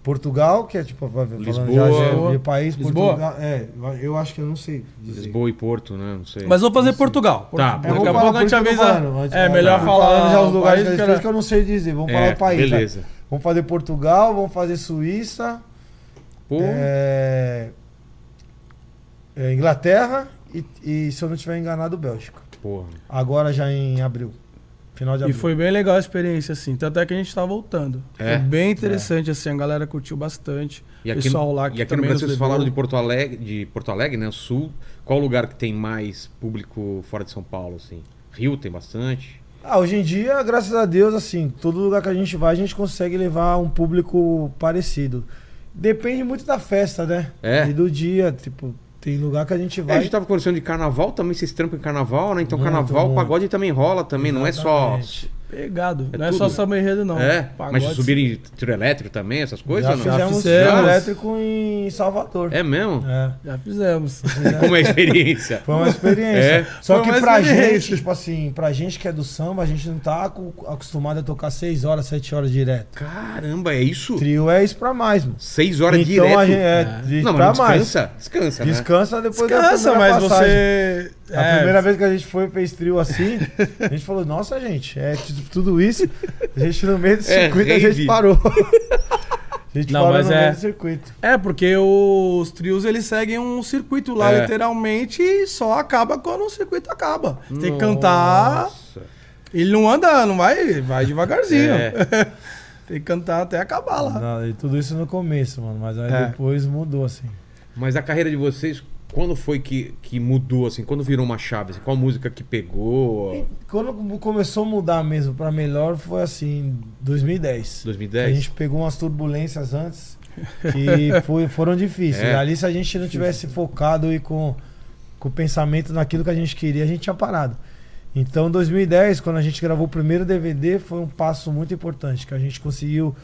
Portugal, que é tipo vai- falando Lisboa. já de país, Lisboa? Portugal. É, eu acho que eu não sei dizer. Lisboa e Porto, né? Não sei. Mas vou fazer Portugal. Tá, Daqui a Portugal. pouco a gente Vamos avisa. falar por isso que eu tô falando. É, melhor Tá. falar Falando já os lugares país que, a gente que fez que eu não sei dizer. Vamos falar É, o país. tá? Beleza. Vamos fazer Portugal, vamos fazer Suíça, Porra. é, é, Inglaterra e, e, se eu não estiver enganado, Bélgica. Porra. Agora já em abril. Final de E abril. foi bem legal a experiência, assim. Tanto é que a gente tá voltando. É? Foi bem interessante, assim. A galera curtiu bastante. E O aqui, pessoal lá que e aqui no também Brasil vocês nos levou. falaram de Porto Alegre, de Porto Alegre, né? Sul. Qual lugar que tem mais público fora de São Paulo, assim? Rio tem bastante. Ah, hoje em dia, graças a Deus, assim, todo lugar que a gente vai, a gente consegue levar um público parecido. Depende muito da festa, né? É. E do dia, tipo, tem lugar que a gente É, vai. a gente tava conversando de carnaval também, vocês trampam em carnaval, né? Então Muito, carnaval, muito. pagode também rola também, não é só... Exatamente. Pegado. É não é tudo, só né? samba enredo, não. é, Pagode, mas se subirem trio elétrico também, essas coisas Então, já ou não? fizemos fizemos. trio elétrico em Salvador. né? É mesmo? É. Já fizemos. Como é a experiência? Foi uma É. experiência. Só Foi que uma pra experiência. gente, tipo assim, pra gente que é do samba, a gente não tá acu- acostumado a tocar 6 horas, 7 horas direto. Caramba, é isso? Trio é isso pra mais, mano. Seis horas então direto? a gente é, de- Não, pra mas não mais. descansa, descansa, né? Descansa depois Descansa, da mas primeira passagem. você. A é, primeira vez que a gente foi fez trio assim, a gente falou, nossa, gente, é t- tudo isso. A gente no meio do É circuito, a rave. gente parou. A gente Não, parou mas no é- meio do circuito. É, porque os trios eles seguem um circuito lá, É. literalmente, e só acaba quando o circuito acaba. Tem que cantar. Nossa. Ele não anda, não vai, vai devagarzinho. É. Tem que cantar até acabar lá. Não, e tudo isso no começo, mano, mas aí É. depois mudou, assim. Mas a carreira de vocês, quando foi que, que mudou, assim? Quando virou uma chave? assim? Qual música que pegou? Quando começou a mudar mesmo pra melhor foi assim, 2010. 2010? A gente pegou umas turbulências antes que foi- foram difíceis. É. Ali, se a gente não tivesse focado e com, com o pensamento naquilo que a gente queria, a gente tinha parado. Então, 2010, quando a gente gravou o primeiro DVD, foi um passo muito importante que a gente conseguiu.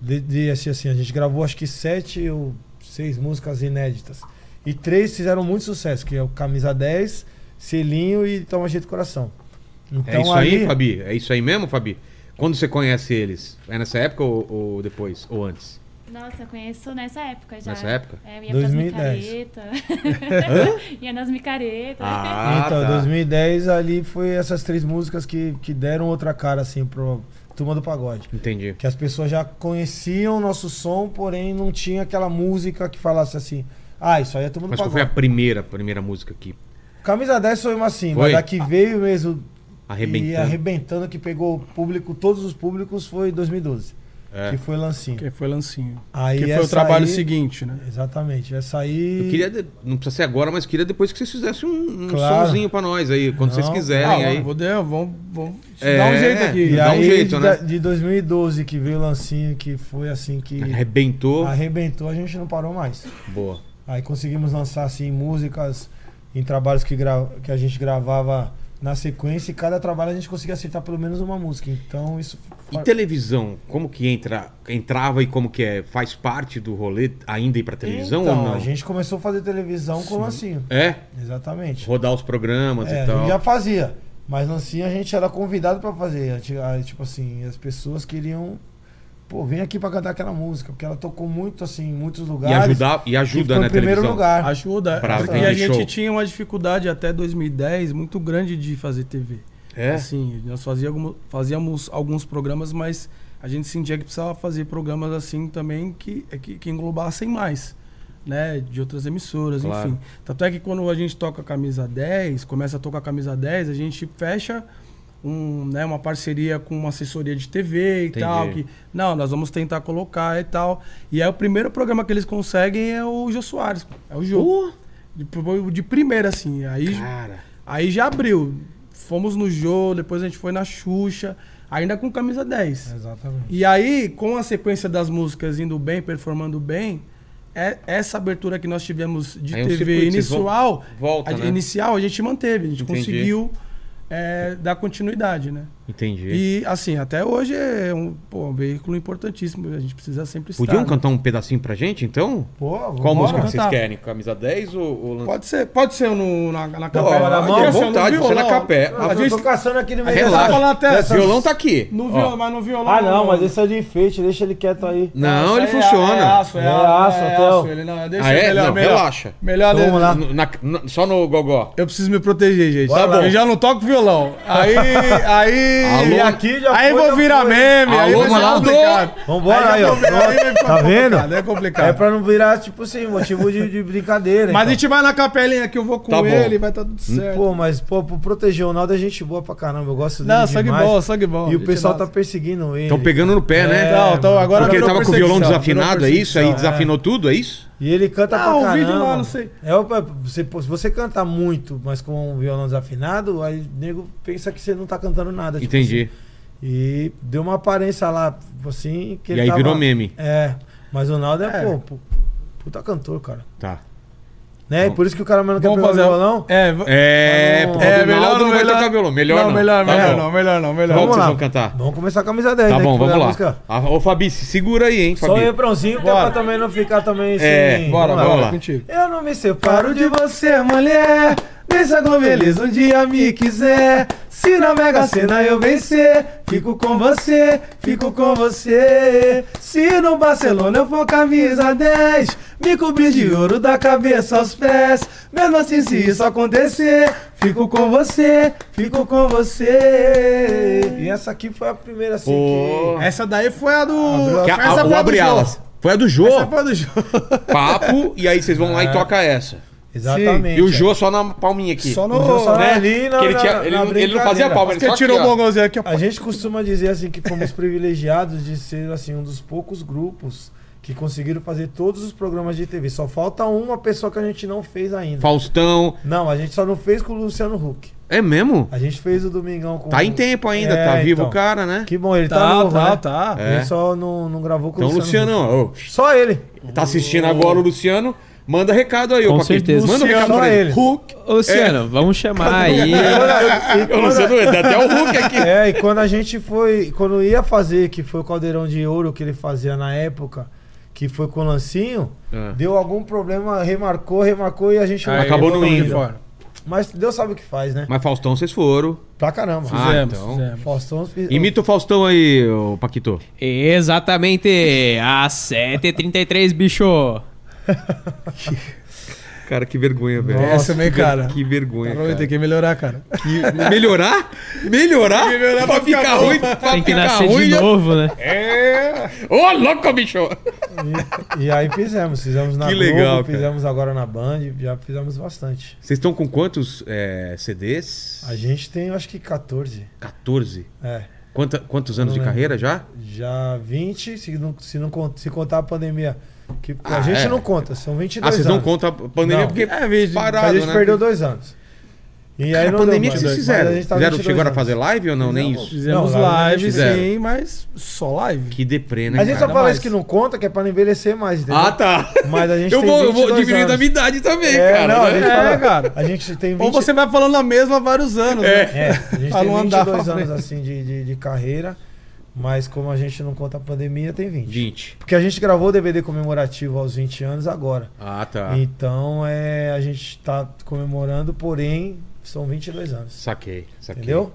De, de- assim, assim, a gente gravou acho que sete ou seis músicas inéditas. E três fizeram muito sucesso, que é o Camisa 10, Selinho e Toma Jeito Coração. Então, é isso aí, Fabi? É isso aí mesmo, Fabi? Quando você conhece eles? É nessa época ou, ou depois? Ou antes? Nossa, eu conheço nessa época já. Nessa época? É, eu ia 2010. pras micaretas. ia nas micaretas. Ah. então, tá. 2010 ali foi essas três músicas que, que deram outra cara, assim, pro Turma do Pagode. Entendi. Que as pessoas já conheciam o nosso som, porém não tinha aquela música que falasse assim, ah, isso aí é Turma do Mas qual foi Pagode. a primeira, primeira música que Camisa 10 foi uma assim, Foi? mas a que veio mesmo e arrebentando? arrebentando, que pegou o público, todos os públicos, foi 2012. É. Que foi Lancinho. Que foi lancinho. Aí que foi o essa trabalho aí- seguinte, né? Exatamente. Essa aí... Eu queria, de- não precisa ser agora, mas queria depois que vocês fizessem um, um Claro. sonzinho pra nós aí, quando vocês Não. Ah, quiserem. É, aí. vamos, vou der- vamos, vamos É, dar um jeito E aqui. dá um aí, jeito, de, né? de 2012, que veio o Lancinho, que foi assim que... Arrebentou. Arrebentou, a gente não parou mais. Boa. Aí conseguimos lançar assim músicas em trabalhos que, gra- que a gente gravava na sequência e cada trabalho a gente conseguia acertar pelo menos uma música. Então isso E fa- televisão, como que entra, entrava e como que é? Faz parte do rolê ainda ir pra televisão Então, ou não? A gente começou a fazer televisão com o Lancinho. É, Exatamente. rodar os programas É, e a tal. gente já fazia, mas Lancinho a gente era convidado pra fazer. A gente- aí, Tipo assim, as pessoas queriam Pô, vem aqui pra cantar aquela música, porque ela tocou muito assim em muitos E lugares. ajudar, e e ajuda ficou né, em primeiro televisão. lugar. Ajuda. Pra e vender a gente show. tinha uma dificuldade até 2010 muito grande de fazer TV. É. Assim, nós fazia algum- fazíamos alguns programas, mas a gente sentia que precisava fazer programas assim também que, é que, que englobassem mais, né? De outras emissoras, Claro. enfim. Tanto é que quando a gente toca a camisa 10, começa a tocar a camisa 10, a gente fecha um, né, uma parceria com uma assessoria de TV e Entendi. tal. Que, não, nós vamos tentar colocar e tal. E aí o primeiro programa que eles conseguem é o Jô Soares. É o Jô. De, de primeira, assim. Aí Cara, Aí já abriu. fomos no Jô, depois a gente foi na Xuxa, ainda com camisa 10. Exatamente. E aí, com a sequência das músicas indo bem, performando bem, é- essa abertura que nós tivemos de Aí um TV circuito, vocês inicial, vol- volta, a, né? inicial, a gente manteve, a gente Entendi. conseguiu é, dar continuidade, né? Entendi. E assim, até hoje é um, pô, um veículo importantíssimo, a gente precisa sempre estar. tá. Podiam né? cantar um pedacinho pra gente, então? Pô, Qual vambora. música que vocês cantar. querem? Camisa 10 ou... ou... Pode ser, pode ser no, na, na Não, capela. na mão, Aqui, à assim, no vontade, você violão, na capela. ó. Ah, A gente eu tô caçando aqui no meio É, Relaxa. dessa- falar até- dessas- O violão tá aqui. no Ó. violão, mas no violão. Ah, não, mas esse é de enfeite, deixa ele quieto aí. Não, ele é- É funciona. aço, é, É aço, aço, é até aço. o- Ele não, deixa Ah, é? melhor, Não, melhor. relaxa. Melhor Vamos dele- lá. No- na- na- só no gogó. Eu preciso me proteger, gente. Tá bom. Eu já não toco violão. Aí, aí. Alô? aí aqui já aí foi, vou já virar foi. meme. aí Alô, vai ser Ronaldo? complicado. Vambora aí, ó. vai ficar Tá vendo? complicado, É complicado. É pra não virar, tipo assim, motivo de, de brincadeira. Mas a então. gente vai na capelinha que eu vou com Tá bom. ele, vai estar tá tudo certo. Hum, Pô, mas, pô, por proteger o Naldo é gente boa pra caramba. Eu gosto dele. não, sangue demais. bom, sangue bom. E o gente, pessoal nossa. tá perseguindo ele. Estão pegando no pé, né? Não, então agora Porque ele virou tava com o violão perseguição, desafinado, é virou isso? Aí perseguição, é. desafinou tudo, é isso? E ele canta Ah, pra o caramba. vídeo lá, não sei. É, opa, você, pô, se você cantar muito, mas com um violão desafinado, aí o nego pensa que você não tá cantando nada. tipo Entendi. assim. E deu uma aparência lá, assim, que E ele aí tava- virou meme. É, mas o Naldo é, É. pô, pu- puta cantor, cara. Tá. Né? E por isso que o cara mais não quer Vamos pegar o fazer. violão. É, v- É, por causa é do melhor Naldo não não vai melhor- tocar violão. Melhor não. não. Melhor, Tá melhor bom. não, melhor não, melhor Qual não. que vocês vão cantar? Vamos começar a camisa 10, Tá né, bom, que foi vamos a lá. música. Ah, Ô, Fabi, se segura aí, hein, Só o Fabi. refrãozinho, que é Bora. pra também não ficar também sem... É, Bora, Vamos lá. bora, contigo. Eu não me separo Paro de de você, mulher. Pensa com beleza, um dia me quiser. Se na Mega Sena eu vencer, fico com você, fico com você. Se no Barcelona eu for camisa 10, me cobrir de ouro da cabeça aos pés. Mesmo assim, se isso acontecer, fico com você, fico com E você. essa aqui foi a primeira, assim, Pô. que... Essa daí foi a do. Abriu Que a- a- o abre alas. Foi a do Jô. a do jogo. Papo, e aí vocês vão lá e toca essa. Exatamente. E o Jô só na palminha aqui. é. Só O Jô só no. né? ali na- Que ele, na- tinha- na ele não- ele não brincadeira. fazia palma, ele Você só tirou o aqui, ó. mongolzinho aqui, ó. A gente costuma dizer assim que fomos privilegiados de ser assim um dos poucos grupos que conseguiram fazer todos os programas de TV. Só falta uma pessoa que a gente não fez ainda. Faustão. Não, a gente só não fez com o Luciano Huck. É mesmo? A gente fez o Domingão com Tá em tempo ainda, É, tá vivo então. o cara, né? Que bom, ele tá, Tá, novo, tá, né? tá. Ele É. só não, não gravou com Então, o Luciano. Luciano, ó, Huck. Só ele. tá assistindo agora o Luciano, manda recado aí, ô Com Paquito. certeza. Manda um recado Só pra ele. ele. Hulk. Ô, É. Luciano, vamos chamar aí. Ô, Luciano, dá até o Hulk aqui. É, e quando a gente foi, quando ia fazer, que foi o Caldeirão de Ouro que ele fazia na época, que foi com o Lancinho, Ah. deu algum problema, remarcou, remarcou e a gente Aí, Acabou não indo. Mas Deus sabe o que faz, né? Mas Faustão, vocês foram. Pra caramba. Ah, Fizemos, então. fizemos. Faustão fiz- Imita o Faustão aí, ô Paquito. Exatamente, às 7h33, bicho. Cara, que vergonha, velho. Essa Nossa, também, que ver- cara. Que vergonha, Agora vai ter cara. que melhorar, cara. Melhorar? Melhorar? pra melhorar pra ficar ficar bom. ruim, pra Tem que ficar nascer ruim. de já- novo, né? É. Ô, louco, bicho. E, e aí fizemos, fizemos na Que Globo, legal, cara. fizemos agora na Band, já fizemos bastante. Vocês estão com quantos é, CDs? A gente tem, eu acho que 14. 14. É, Quanta- quantos anos de Não lembro. carreira já? já 20, se não, se não con- se contar a pandemia, que Ah, a gente é. não conta, são 22 Ah, vocês não anos. contam a pandemia Não. porque É, vídeo. parado, a gente né? perdeu dois anos. E Cara, aí a não pandemia que deu mais. vocês Mas fizeram? a gente tá fizeram 22 chegaram a anos. fazer live ou não? Nem isso. Fizemos Não, live live, fizeram. sim, mas só live. Que deprê, né, A gente só cara? Nada fala mais. isso que não conta, que é pra não envelhecer mais, entendeu? Ah, tá. Mas a gente Eu tem vou, eu vou 22 diminuindo anos. a minha idade também, É, cara. não, a né? gente É, fala- cara. A gente tem 20 Ou você vai falando a mesma há vários anos, né? É, a gente Pra tem não andar 22 pra anos assim de, de, de carreira, mas como a gente não conta a pandemia, tem 20. 20. Porque a gente gravou o DVD comemorativo aos 20 anos agora. Ah, tá. Então é, a gente tá comemorando, porém, são 22 anos. Saquei, saquei. Entendeu?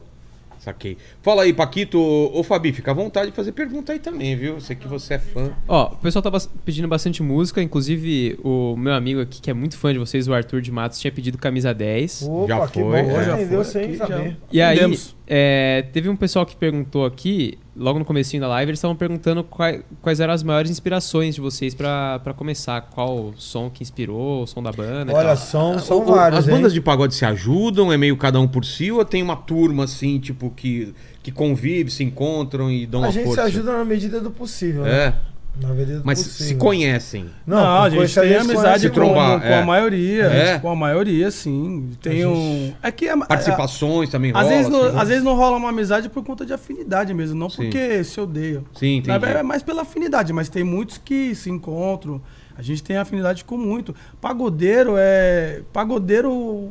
Saquei. Fala aí, Paquito. Ô, ô, Fabi, fica à vontade de fazer pergunta aí também, viu? Sei que você é fã. Ó, o pessoal tá bas- pedindo bastante música, inclusive o meu amigo aqui, que é muito fã de vocês, o Arthur de Matos, tinha pedido camisa 10. Opa, Já que foi, bom, é. você Já entendeu foi sem aqui, já. saber. E aí, Entendemos. é, teve um pessoal que perguntou aqui, logo no comecinho da live, eles estavam perguntando quais, quais eram as maiores inspirações de vocês pra pra começar. Qual o som que inspirou, o som da banda e Olha, Então, tal. são, são Ô, ô, vários, ah, As hein? bandas de pagode se ajudam? É meio cada um por si? Ou tem uma turma, assim, tipo, que, que convive, se encontram e dão A uma gente força? se ajuda na medida do possível, né? É. Na verdade, Mas Tipo se assim, conhecem. Não, a com gente coisa tem se amizade conhece se com, como- trombar, com é. a maioria. É? Com a maioria, sim. Tem A um. É que a- a- Participações também rola. às, vezes assim, não, né? às vezes não rola uma amizade por conta de afinidade mesmo, não Sim. porque se odeia. Sim, entendi. Na verdade, é mais pela afinidade, mas tem muitos que se encontram. A gente tem afinidade com muito. Pagodeiro é. Pagodeiro.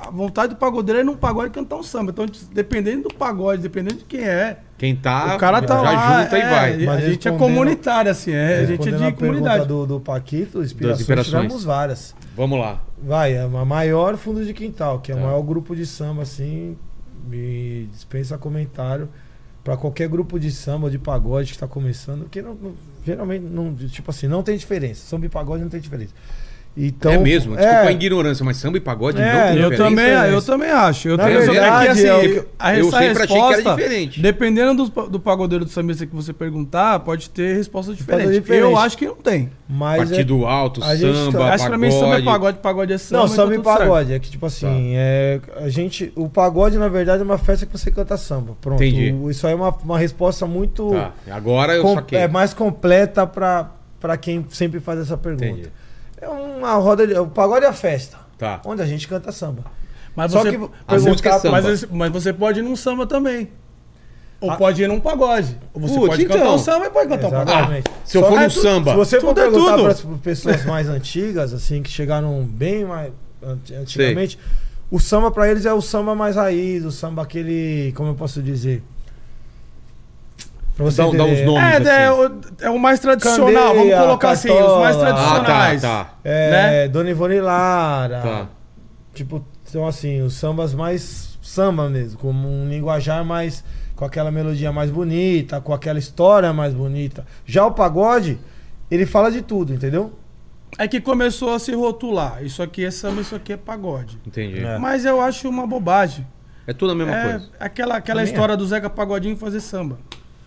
A vontade do pagodeiro é ir num pagode cantar um samba. Então, dependendo do pagode, dependendo de quem é, Quem tá, o cara tá já lá. junta é, e vai. A Mas gente é respondendo- comunitário, assim, é. a gente é Respondendo de a pergunta comunidade. do, do Paquito, inspirações, inspirações. tivemos várias. Vamos lá. Vai, a ma- maior fundo de quintal, que é Tá. o maior grupo de samba, assim, me dispensa comentário pra qualquer grupo de samba, de pagode que tá começando, que não, não- geralmente não, tipo assim, não tem diferença. Samba e pagode não tem diferença. Então, é mesmo, é, desculpa a ignorância, mas samba e pagode É, não tem Eu diferença. também, diferença. eu também acho. Eu Na tenho só que verdade, aqui, assim, eu- a eu essa sempre achei que era resposta, diferente. Dependendo do, do pagodeiro do sambista que você perguntar, pode ter resposta diferente. diferente. Eu acho que não tem. mas é, Partido alto, a gente- samba, Acho pagode. Acho que pra mim samba é pagode, pagode é samba. Não, então samba e tudo certo. pagode. É que, tipo assim, Tá. é, a gente. O pagode, na verdade, é uma festa que você canta samba. Pronto. Entendi. O- Isso aí é uma, uma resposta tipo, muito. Tá, agora eu com- saquei. é mais completa pra, pra quem sempre faz essa pergunta. Entendi. É uma roda de. O pagode é a festa. Tá. Onde a gente canta samba. Mas Só você, que a música é perguntar, samba. mas, esse- mas você pode ir num samba também. Ou Ah. pode ir num pagode. Ou você Putz, pode cantar então. um samba e pode cantar um pagode. Exatamente. Se eu for que no é tu- samba. Se você for Tudo é perguntar tudo. para as pessoas mais antigas, assim, que chegaram bem mais anti- antigamente, o samba pra eles é o samba mais raiz, o samba aquele, como eu posso dizer? Pra você Dá- dá entender. uns nomes. É, assim. é, o, é o mais tradicional, vamos Candeia, colocar assim, os mais Cartola. Ah, tá, tradicionais. tá. É, Né? Dona Ivone Lara. Tá. Tipo, então assim, os sambas mais samba mesmo, como um linguajar mais com aquela melodia mais bonita, com aquela história mais bonita. Já o pagode, ele fala de tudo, entendeu? É que começou a se rotular. Isso aqui é samba, isso aqui é pagode. Entendi. É. É, Mas eu acho uma bobagem. tudo a mesma é coisa. aquela, aquela Também é. história do Zeca Pagodinho fazer samba.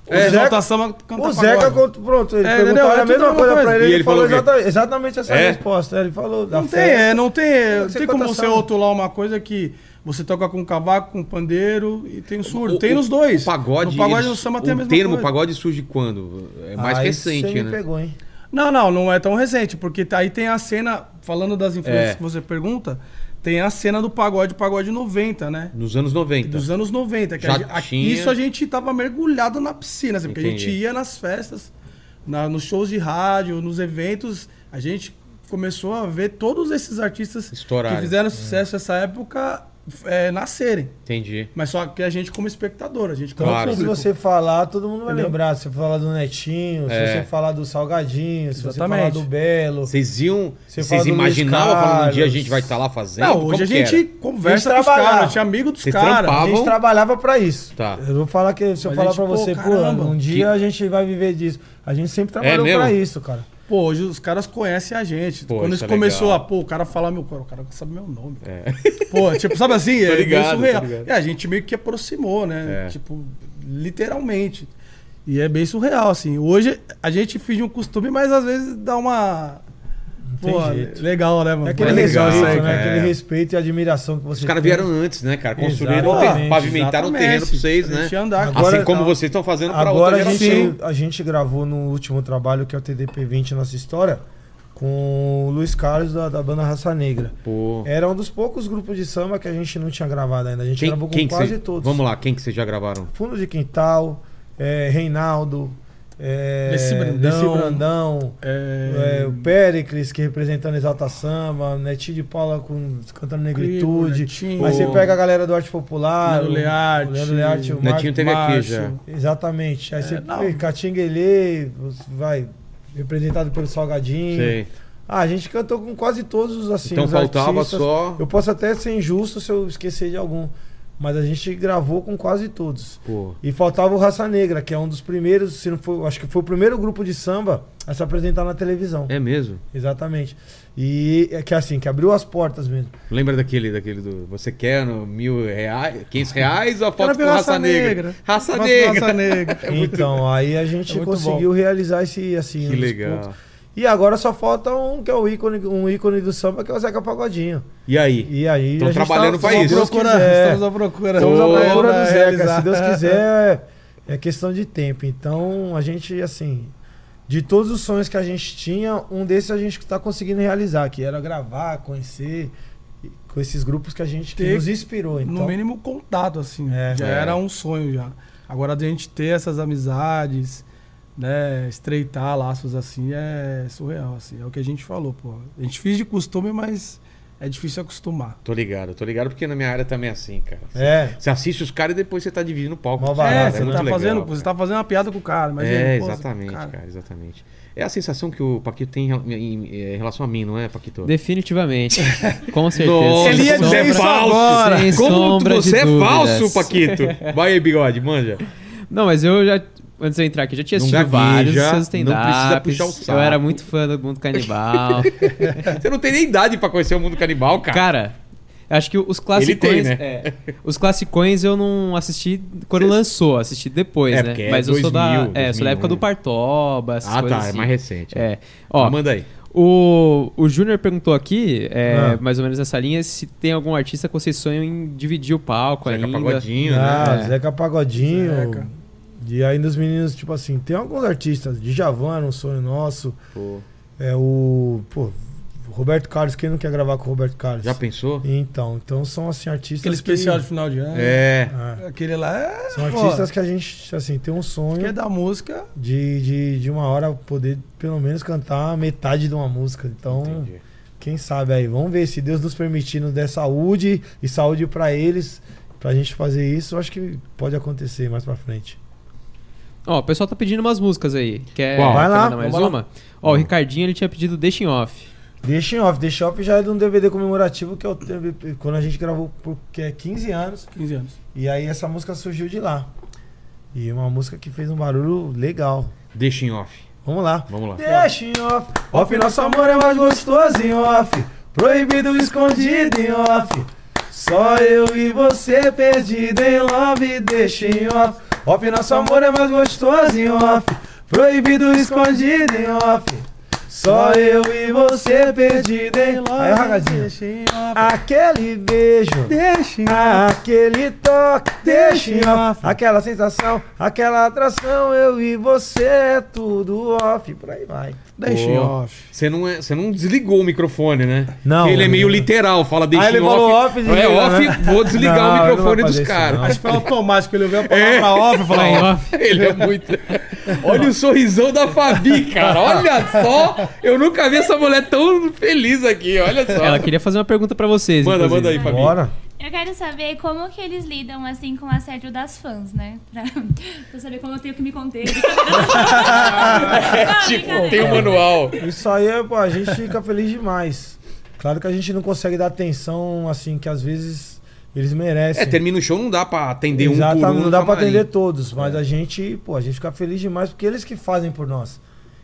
O É, Zeca Zeca- samba canta o Zeca, pagode. cont- pronto, ele É, entendeu? perguntou É a tudo a mesma mesma coisa pra coisa. ele, E ele, ele falou falou o quê? exata- exatamente essa É? resposta. Ele falou da Não tem, festa. é, não tem, não Você tem canta como você samba. rotular uma coisa que você toca com um cavaco, com pandeiro e tem o surdo. O- tem o- nos dois. O pagode, no pagode eles- e no samba tem a o mesma termo coisa. pagode surge quando? É mais Aí você recente, me né? pegou, hein? Não, não, não é tão recente, porque tá- aí tem a cena, falando das É. influências que você pergunta, tem a cena do pagode, pagode 90, né? Nos anos 90. Dos anos 90. Que Tá. Já a gen- a- tinha. Isso a gente tava mergulhado na piscina, assim, porque a gente Entendi. ia nas festas, na- nos shows de rádio, nos eventos. A gente começou a ver todos esses artistas Estourarem. que fizeram sucesso nessa época é, nascerem. Entendi. Mas só que a gente como espectador, a gente como Claro. Então, Se público. você falar, todo mundo vai Entendeu? lembrar. Se você falar do Netinho, se É. você falar do Salgadinho, se você falar Exatamente. do Belo. Vocês iam. Você fala vocês do Luiz imaginavam falando um dia a Carlos. gente vai estar lá fazendo? Não, Como hoje a que era? gente conversa A gente com os caras, trabalhava. a gente é amigo dos Vocês caras. trampavam? A gente Pavão? trabalhava pra isso. Tá. Eu vou falar que se eu Mas falar a gente, pra você, pô, pô, caramba. um dia Que- a gente vai viver disso. A gente sempre trabalhou É mesmo? pra isso, cara. Pô, hoje os caras conhecem a gente. Pô, Quando isso isso é começou legal. a, pô, o cara fala meu, cara, o cara sabe meu nome. É. Pô, tipo, sabe assim? Tô é meio ligado, tô surreal. ligado. É, a gente meio que aproximou, né? É. Tipo, literalmente. E é bem surreal, assim. Hoje a gente finge um costume, mas às vezes dá uma. tem Pô, jeito. legal, né, mano? É aquele é legal respeito, isso aí, né? cara. Aquele É. respeito e admiração que vocês Os caras têm. vieram antes, né, cara? Construíram, um Exatamente. terreno, pavimentaram um terreno pra vocês, né? Deixa andar. Agora- assim como vocês estão fazendo pra outra Agora a geração. gente, é, a gente gravou no último trabalho, que é o TDP20 Nossa História, com o Luiz Carlos da, da banda Raça Negra. Pô. Era um dos poucos grupos de samba que a gente não tinha gravado ainda. A gente Quem, gravou com quem que quase vocês- todos. Vamos lá, quem que vocês já gravaram? Fundo de Quintal, é, Reinaldo, é, Leci Brandão. Leci Brandão, É... é, o Péricles, que representando Exalta Samba, Netinho de Paula com, cantando Negritude. Netinho. Aí você pega a galera do Arte Popular, Leandro o- Learte. o Leandro Learte, o Netinho Marco, teve aqui Márcio. já. Exatamente. Aí você não. pega Catinguelê, você vai representado pelo Salgadinho. Sei. Ah, a gente cantou com quase todos os assim, então os faltava artistas. só. Eu posso até ser injusto se eu esquecer de algum, mas a gente gravou com quase todos. Pô. E faltava o Raça Negra, que é um dos primeiros, se não foi, acho que foi o primeiro grupo de samba a se apresentar na televisão. É mesmo? Exatamente. E é que assim, que abriu as portas mesmo. Lembra daquele, daquele do. Você quer no mil reais, 500 reais ou a foto Quero com ver raça, Raça negra? Negra. Raça Raça- negra! Raça Negra. É Então, aí a gente É muito conseguiu realizar esse assim, um Que dos legal. poucos. E agora só falta um que é o ícone, um ícone do samba, que é o Zeca Pagodinho. E aí? E aí Tão a gente trabalhando tá- pra se isso. Deus Procura, quiser. Estamos né? à procura. Estamos Ô, à procura do pra Zeca. realizar. é Se Deus quiser, é questão de tempo. Então, a gente, assim, de todos os sonhos que a gente tinha, um desses a gente está conseguindo realizar, que era gravar, conhecer, e- com esses grupos que a gente que Ter- nos inspirou. Então, No mínimo contato, assim. É. já É. era um sonho já. Agora de a gente ter essas amizades, né? Estreitar laços assim é surreal, assim. É o que a gente falou, pô. A gente fez de costume, mas é difícil acostumar. Tô ligado, tô ligado, porque na minha área também é assim, cara. é, Você assiste os caras e depois você tá dividindo o palco. Mó com os caras, barato, é, você, né? muito tá legal, fazendo, cara. você tá fazendo uma piada com o cara, mas é, ele, pô, exatamente, cara. cara. exatamente. É a sensação que o Paquito tem em rel- em, em relação a mim, não é, Paquito? Definitivamente. Com certeza. Nossa, é Ele ia Sem dizer isso sombra- agora. sem Como sombra de você é dúvidas. falso, Paquito. Vai aí, bigode, manja. Não, mas eu já. Antes de eu entrar aqui, eu já tinha Não assistido gagueja, vários não seus precisa stand-ups. puxar o saco. Eu era muito fã do mundo canibal. Você não tem nem idade pra conhecer o mundo canibal, cara. Cara, acho que os Ele classicões. tem, né? é, os classicões eu não assisti quando Cês- lançou, assisti depois, É, né? porque é Mas eu sou da. 2000, é, sou da 2001. época do Partoba, essas né? ah, tá, coisas é assim. mais recente. É. Ó, Mas manda aí. o, o Júnior perguntou aqui, é, Ah. mais ou menos nessa linha, se tem algum artista que vocês sonham em dividir o palco Zeca ainda. é Pagodinho, né? ah, É. Zeca Pagodinho. Zeca. E ainda os meninos, tipo assim, tem alguns artistas, Djavan era um sonho nosso, Pô, é o, pô, Roberto Carlos, quem não quer gravar com o Roberto Carlos? já pensou? Então, então são assim artistas Aquele que- especial de final de ano. É. É. Aquele lá é. São pô, artistas que a gente, assim, tem um que é sonho da música. de, de, de uma hora poder, pelo menos, cantar metade de uma música. Então, Entendi. quem sabe aí, vamos ver se Deus nos permitir nos der saúde e saúde pra eles, pra gente fazer isso, eu acho que pode acontecer mais pra frente. Ó, o pessoal tá pedindo umas músicas aí. Quer, Qual? quer Vai lá, mandar mais vamos lá. uma? Ó, o Ricardinho ele tinha pedido Deixa em Off. Deixa em off, deixa em off já é de um DVD comemorativo que eu teve quando a gente gravou porque é 15 anos 15 anos. e aí essa música surgiu de lá. E uma música que fez um barulho legal. Deixa em off. Vamos lá. Vamos lá. Deixa em off. Off nosso amor é mais gostoso em off. Proibido escondido em off. Só eu e você perdido em love. Deixa em off. Off nosso amor é mais gostoso em off. Proibido escondido em off. Só eu e você perdido em love. Aí, ragadinha. Deixa em off. Aquele beijo. Deixa em Ah, Aquele toque, deixa em off. Off. Aquela sensação, aquela atração, eu e você é tudo off. Por aí vai. Deixa em Pô. off. Você não, é- você não desligou o microfone, né? Não. Porque Ele é meio Não. literal, fala deixa ele em falou off. off, é desliga, off, né? vou desligar Não, o ele não microfone vai dos fazer isso, caras. não. Acho que foi automático, ele ouviu a palavra É. off e falou. Tá Vai em off. Ele é muito. Olha o sorrisão da Fabi, cara. Olha só. Eu nunca vi essa mulher tão feliz aqui. Olha só. Ela queria fazer uma pergunta pra vocês. Manda, inclusive. manda aí, Fabi. Bora. Eu quero saber como que eles lidam, assim, com o assédio das fãs, né? Pra, pra saber como eu tenho que me conter. Não, brincadeira. Tipo, Tem o manual. Isso aí, é, pô, a gente fica feliz demais. Claro que a gente não consegue dar atenção, assim, que às vezes eles merecem. É, termina o show, não dá pra atender um Exatamente, por um. É. não dá pra para atender todos, mas a gente, pô, a gente fica feliz demais porque eles que fazem por nós.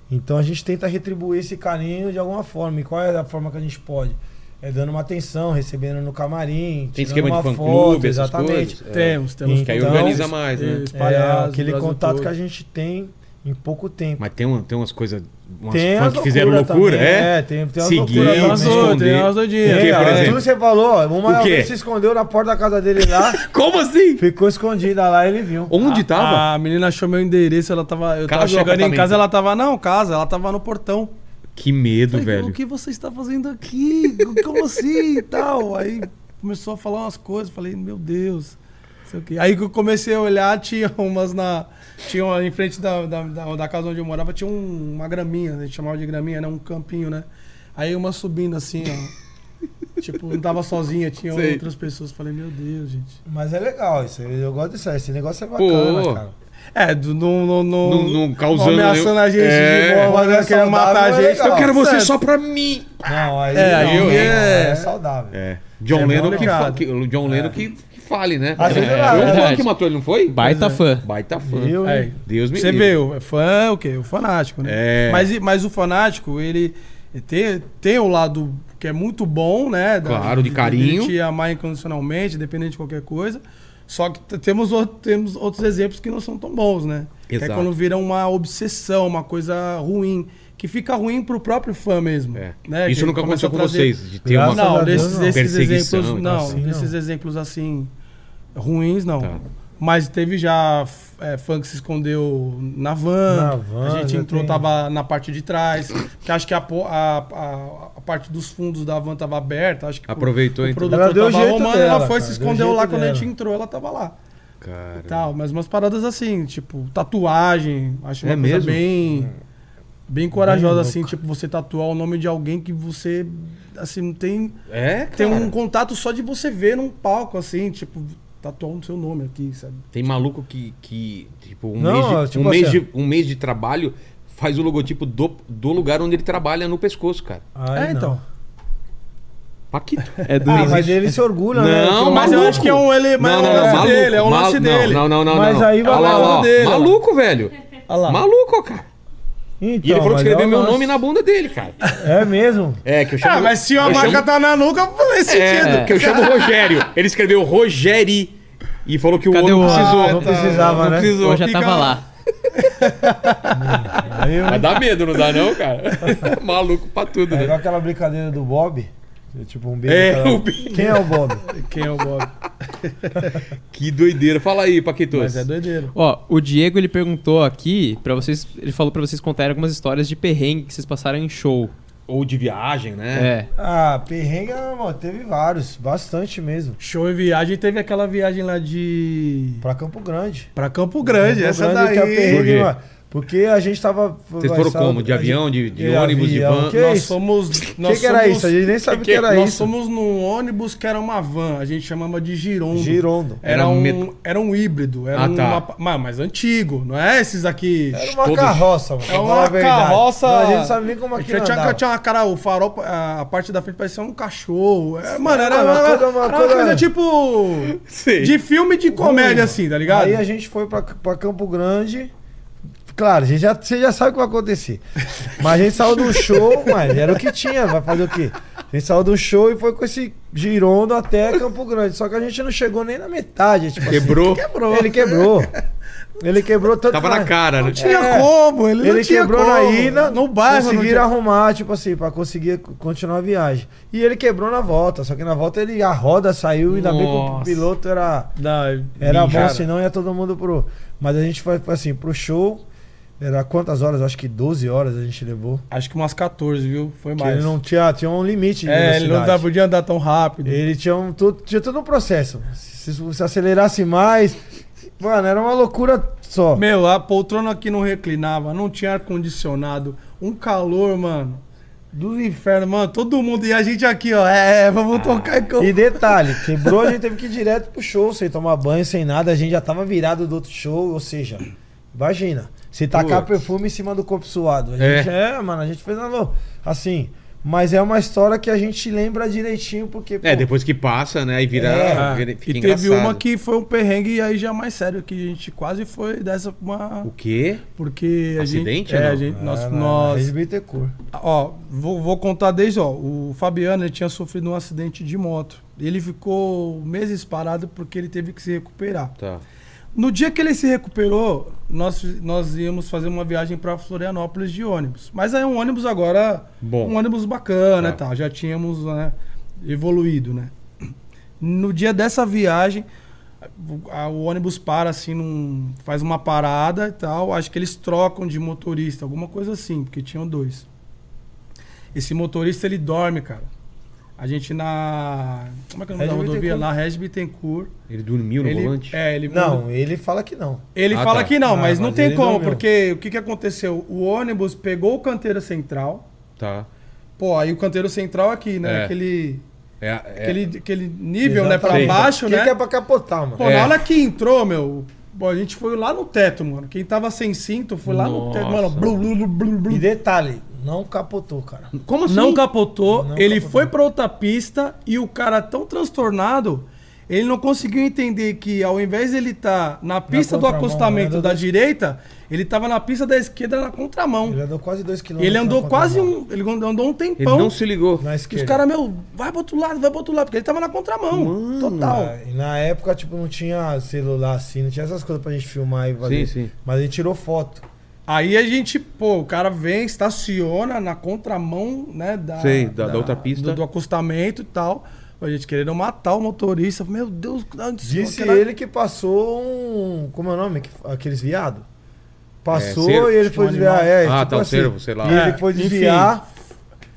Então a gente tenta retribuir esse carinho de alguma forma. E qual é a forma que a gente pode? É dando uma atenção, recebendo no camarim, Tem tirando esquema de uma fã-clube, foto, essas exatamente. coisas. É. Temos, temos. Que aí Então, organiza mais, né? É, Espalhar aquele contato que a gente tem em pouco tempo. Mas tem, um, tem umas coisas. Umas tem fãs as que fizeram loucuras loucura, também, é? tem, tem as Seguir, loucuras também. umas doidas, tem umas Tem, O doidinhas. quê, por ó, exemplo? É, tudo que você falou, ó, uma O quê? vez se escondeu na porta da casa dele lá, Como assim? ficou escondida lá, ele viu. Onde ah, tava? Ah, A menina achou meu endereço, ela tava. Eu Casa tava ou chegando em apartamento? casa, ela tava. Não, casa, ela tava no portão. Que medo, Falei, Tá velho. O É que você está fazendo aqui? Como assim? e tal. Aí começou a falar umas coisas, falei, meu Deus. não sei o quê. Aí que eu comecei a olhar, tinha umas na. Tinha uma, em frente da, da, da, da casa onde eu morava, tinha um- uma graminha, a gente chamava de graminha, né? Um campinho, né? Aí uma subindo assim, ó. tipo, não tava sozinha, tinha Sei. outras pessoas. Falei, meu Deus, gente. Mas é legal, isso, aí, eu gosto disso aí, esse negócio é bacana, Pô. cara. É, do, no, no, no, Não- não causando nenhum- Ameaçando a gente É. de boa, Quando é né, querendo matar a saudável, é gente. legal. Eu quero você Certo. só pra mim. Não, aí É, não, aí não, é- é saudável. É. John É Lennon que, complicado. fa- que- o John Lennon que, que fale, né? Às é, vezes ela- foi um fã verdade. que matou ele, não foi? É. Baita fã. Baita fã. Viu? É. Deus me Você livre. vê, o fã, é o quê? O fanático, né? É. Mas, mas o fanático, ele tem, tem o lado que é muito bom, né? da- Claro, de carinho. De te amar incondicionalmente, dependente de qualquer coisa. Só que t- temos, outro- temos outros exemplos que não são tão bons, né? Que é Exato. quando vira uma obsessão, uma coisa ruim. Que fica ruim pro próprio fã mesmo. É. né? Isso Que nunca aconteceu começa a com trazer- Ah, vocês, de ter Graças uma a não, Deus, desses, não. desses Perseguição, exemplos. então, Não, assim, não. desses exemplos assim ruins, não. Tá. Mas teve já é, fã que se escondeu na van. Na van, a gente já entrou, tem. tava na parte de trás. Que acho que a, po- a, a- a parte dos fundos da van tava aberta. Acho que o- Aproveitou, o então. produtor Ela deu o tava jeito arrumando, dela, ela foi, cara, se deu o escondeu jeito lá quando a gente dela. entrou, ela tava lá. Cara. Tal, mas umas paradas assim, tipo, tatuagem, acho É uma coisa mesmo? É. bem bem corajosa louco. assim, tipo, você tatuar o nome de alguém que você assim não tem É, cara. tem um contato só de você ver num palco assim, tipo, tatuar o seu nome aqui, sabe? Tem maluco que, que tipo, um, Não, mês de, tipo um, mês assim, de, um mês de trabalho faz o logotipo do, do lugar onde ele trabalha no pescoço, cara. é, Ai, não. então. Paquito. É Ah, duríssimo. mas ele se orgulha, né? Não, Porque o Mas eu acho que é um ele, mas Não, não, é um não, lance maluco. dele, é um mal- lance não, dele. Não, não, não. Mas não. aí vai Olha lá, lá, lá ó, dele, ó. Maluco, velho. Olha lá. Maluco, cara. Então, E ele falou mas que escreveu é o meu lance. nome na bunda dele, cara. É mesmo? É, que eu chamo. Ah, mas se a eu marca chamo- tá na nuca, faz sentido. É, que eu chamo Rogério. Ele escreveu Rogéri e falou que o Cadê homem o- precisou. tá? Ah, não precisava, né? precisou. Eu já fica- tava lá. Aí, Mas dá medo, não dá não, cara? Maluco pra tudo, é né? igual aquela brincadeira do Bob. É Tipo, um beijo. É, pra ela. o beijo. Quem é o Bob? Quem é o Bob? Que doideira. Fala aí, Paquitos. Mas é doideiro. Ó, o Diego ele perguntou aqui para vocês, ele falou pra vocês contarem algumas histórias de perrengue que vocês passaram em show. Ou de viagem, né? É. Ah, perrengue, ah, mano, teve vários. Bastante mesmo. Show e viagem, teve aquela viagem lá de Pra Campo Grande. Pra Campo Grande, Campo essa Grande que é Por daí. quê? perrengue, mano. Porque a gente tava... Vocês foram sabe, como? De a gente- avião, de, de de ônibus, de avião, van? que- nós isso? somos. O que, Nós que era somos- isso? A gente nem sabe o que, que- era Nós isso. somos num ônibus que era uma van, a gente chamava de um Girondo. Girondo. Era, Era um, met- era um híbrido, era Ah, um tá. mapa- mas, mas antigo, não é esses aqui. Era uma Todos- carroça, mano. É uma Fala a verdade. carroça- Não, a gente não sabe nem como aquilo Tinha, tinha, andava. tinha uma cara, o farol, a, a parte da frente parecia um cachorro. É, mano, era, Mano, era, uma coisa- uma era uma coisa- coisa tipo. Sei. De filme de Ruim, comédia, assim, mano. tá ligado? Aí a gente foi pra, pra Campo Grande. Claro, a gente já, você já sabe o que vai acontecer. Mas a gente saiu do show, mas era o que tinha, vai fazer o quê? A gente saiu do show e foi com esse girondo até Campo Grande. Só que a gente não chegou nem na metade. Tipo assim. Quebrou. Ele quebrou. Ele quebrou tanto. Tava que na cara, né? Não tinha como, ele, não É. Ele tinha quebrou como. na ida, no bairro, não conseguiram tinha- arrumar, tipo assim, pra conseguir c- continuar a viagem. E ele quebrou na volta, só que na volta ele a roda saiu, ainda bem que o Nossa. piloto era, era bom, senão ia todo mundo pro. Mas a gente foi foi assim, pro show. Era quantas horas? Acho que 12 horas a gente levou. Acho que umas 14, viu? Foi Que mais. Ele não tinha, tinha um limite de É, ele não velocidade. dá- podia andar tão rápido. Ele tinha, um, todo, tinha todo um processo. Se, se- se acelerasse mais. Mano, era uma loucura só. Meu, a poltrona aqui não reclinava, não tinha ar-condicionado, um calor, mano, do inferno, mano. Todo mundo, e a gente aqui, ó, é, vamos tocar em campo. Ah, E detalhe, quebrou, a gente teve que ir direto pro show, sem tomar banho, sem nada. A gente já tava virado do outro show, ou seja, imagina, se tacar Putz. perfume em cima do corpo suado. A É. gente, é. mano, a gente fez uma lou... Assim, mas é uma história que a gente lembra direitinho, porque. É, pô, depois que passa, né? Aí vira. É. vira- e fica teve engraçado. uma que foi um perrengue e aí já mais sério, que a gente quase foi dessa pra O uma. quê? Porque a Acidente gente. ou É, não? Ah, a gente. é, Nós, na- na nós, Rede Bittencourt. Ó, vou, vou contar desde, ó. O Fabiano ele tinha sofrido um acidente de moto. Ele ficou meses parado porque ele teve que se recuperar. Tá. No dia que ele se recuperou, nós, nós íamos fazer uma viagem para Florianópolis de ônibus. Mas aí é um ônibus agora, Bom. um ônibus bacana Tá. e tal. Já tínhamos né, evoluído, né? No dia dessa viagem, o- a- o ônibus para assim, num, faz uma parada e tal. Acho que eles trocam de motorista, alguma coisa assim, porque tinham dois. Esse motorista ele dorme, cara. A gente na. Como é que é o nome da Regis rodovia? Bittencourt. Na Regis Bittencourt. Ele dormiu no ele, um volante? É, ele Não, ele fala que não. ele Ah, fala tá. que não, Ah, mas não mas tem ele como, dormiu. porque o que, que aconteceu? O ônibus pegou o canteiro central. Tá. Pô, aí o canteiro central aqui, né? É. Aquele, É, é- aquele, aquele nível, né? Exatamente. Pra baixo, Quem né? que é pra capotar, mano? Pô, É. na hora que entrou, meu. Pô, a gente foi lá no teto, mano. Quem tava sem cinto foi lá no teto. Mano, Nossa. blu, blu, blu, blu, blu. E detalhe, não capotou, cara. Como assim? Não capotou, Não ele capotou. foi pra outra pista e o cara tão transtornado, ele não conseguiu entender que ao invés de ele estar na pista do contramão, né? acostamento era da do- direita, ele tava na pista da esquerda na contramão. Ele andou quase dois E quilômetros. ele andou na quase contramão. um, ele andou um Ele tempão. não se ligou. Na que os esquerda. caras, meu, vai pro outro lado, vai pro outro lado, porque ele tava na contramão. total. Ah, e na época, tipo, não tinha celular assim, não tinha essas coisas pra gente filmar e fazer. sim. Mas ele tirou foto. Aí a gente, pô, o cara vem, estaciona na contramão, né? Da, Sei, da- da outra pista. Do, do acostamento e tal. A gente querendo matar o motorista. Meu Deus, antes Disse aquela- ele que passou um. Como é o nome? Que- Aqueles viado. Passou cervo. e ele foi Um desviar. animal. É, Ah, tá, o cervo, sei lá. E É, ele foi enfim. desviar.